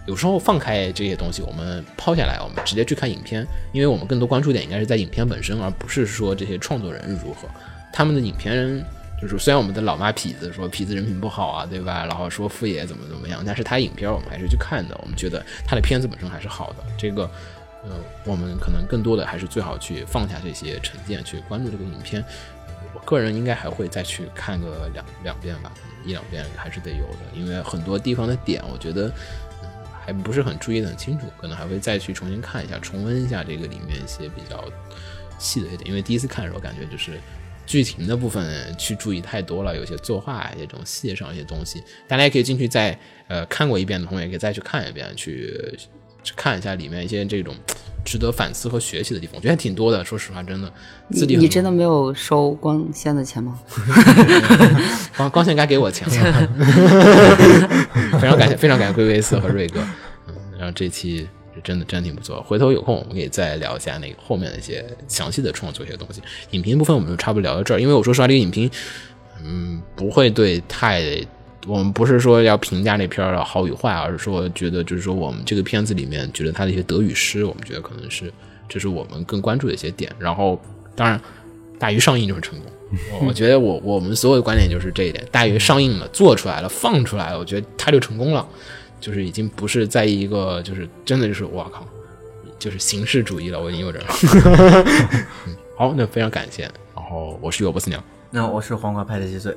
A: 有时候放开这些东西，我们抛下来，我们直接去看影片，因为我们更多关注点应该是在影片本身，而不是说这些创作人如何。他们的影片人就是虽然我们的老骂痞子说痞子人品不好啊，对吧？然后说傅爷怎么怎么样，但是他影片我们还是去看的，我们觉得他的片子本身还是好的。这个，呃，我们可能更多的还是最好去放下这些成见，去关注这个影片。我个人应该还会再去看个两两遍吧，一两遍还是得有的，因为很多地方的点，我觉得。嗯还不是很注意的很清楚，可能还会再去重新看一下，重温一下这个里面一些比较细的一些点，因为第一次看的时候感觉就是剧情的部分去注意太多了，有些作画啊、一些这种细节上一些东西，大家也可以进去再呃看过一遍的同学也可以再去看一遍，去去看一下里面一些这种值得反思和学习的地方，我觉得还挺多的。说实话，真的，自己
D: 你
A: 很
D: 你真的没有收光纤的钱吗？
A: 光光线该给我钱了，非常感谢，非常感谢龟龟四和瑞哥，嗯，然后这期是真的真的挺不错，回头有空我们可以再聊一下那个后面的一些详细的创作一些东西，影评部分我们就差不多聊到这儿，因为我说实话，这个影评，嗯，不会对太。我们不是说要评价这片儿的好与坏，啊而是说觉得就是说我们这个片子里面觉得它的一些得与失，我们觉得可能是这是我们更关注的一些点。然后，当然，大鱼上映就是成功，我我觉得我我们所有的观点就是这一点，大鱼上映了，做出来了，放出来了，我觉得它就成功了，就是已经不是在一个就是真的就是我靠，就是形式主义了，我已经有点儿。 嗯好，那非常感谢，然后我是有不死鸟，
C: 那我是黄瓜派的鸡碎，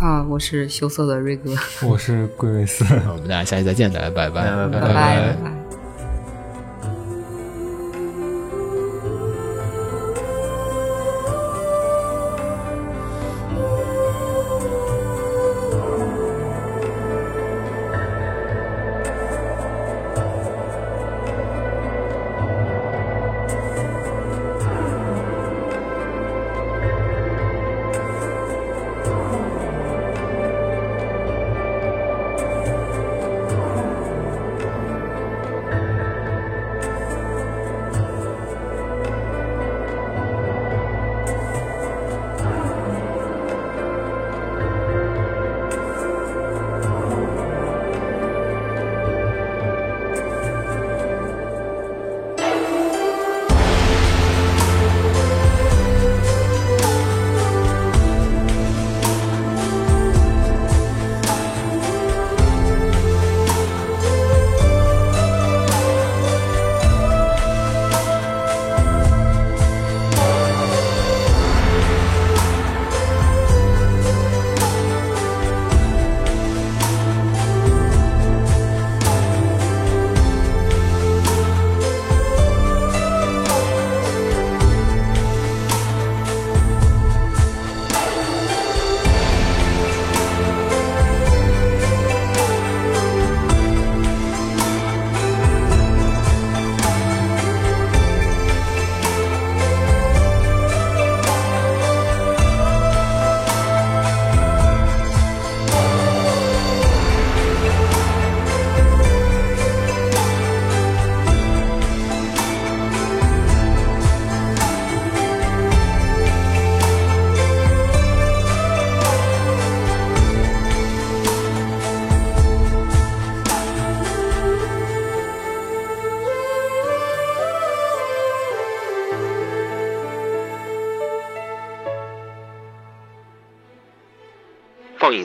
D: 啊，我是羞涩的瑞哥，
B: 我是贵维斯。
A: 那我们大家下期再见，大家拜拜，
C: 呃拜拜
D: 拜拜拜。
F: 放映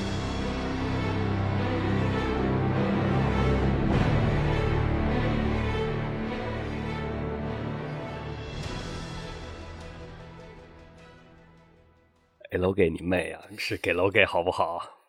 E: 哎给楼给你妹啊！是给楼给好不好？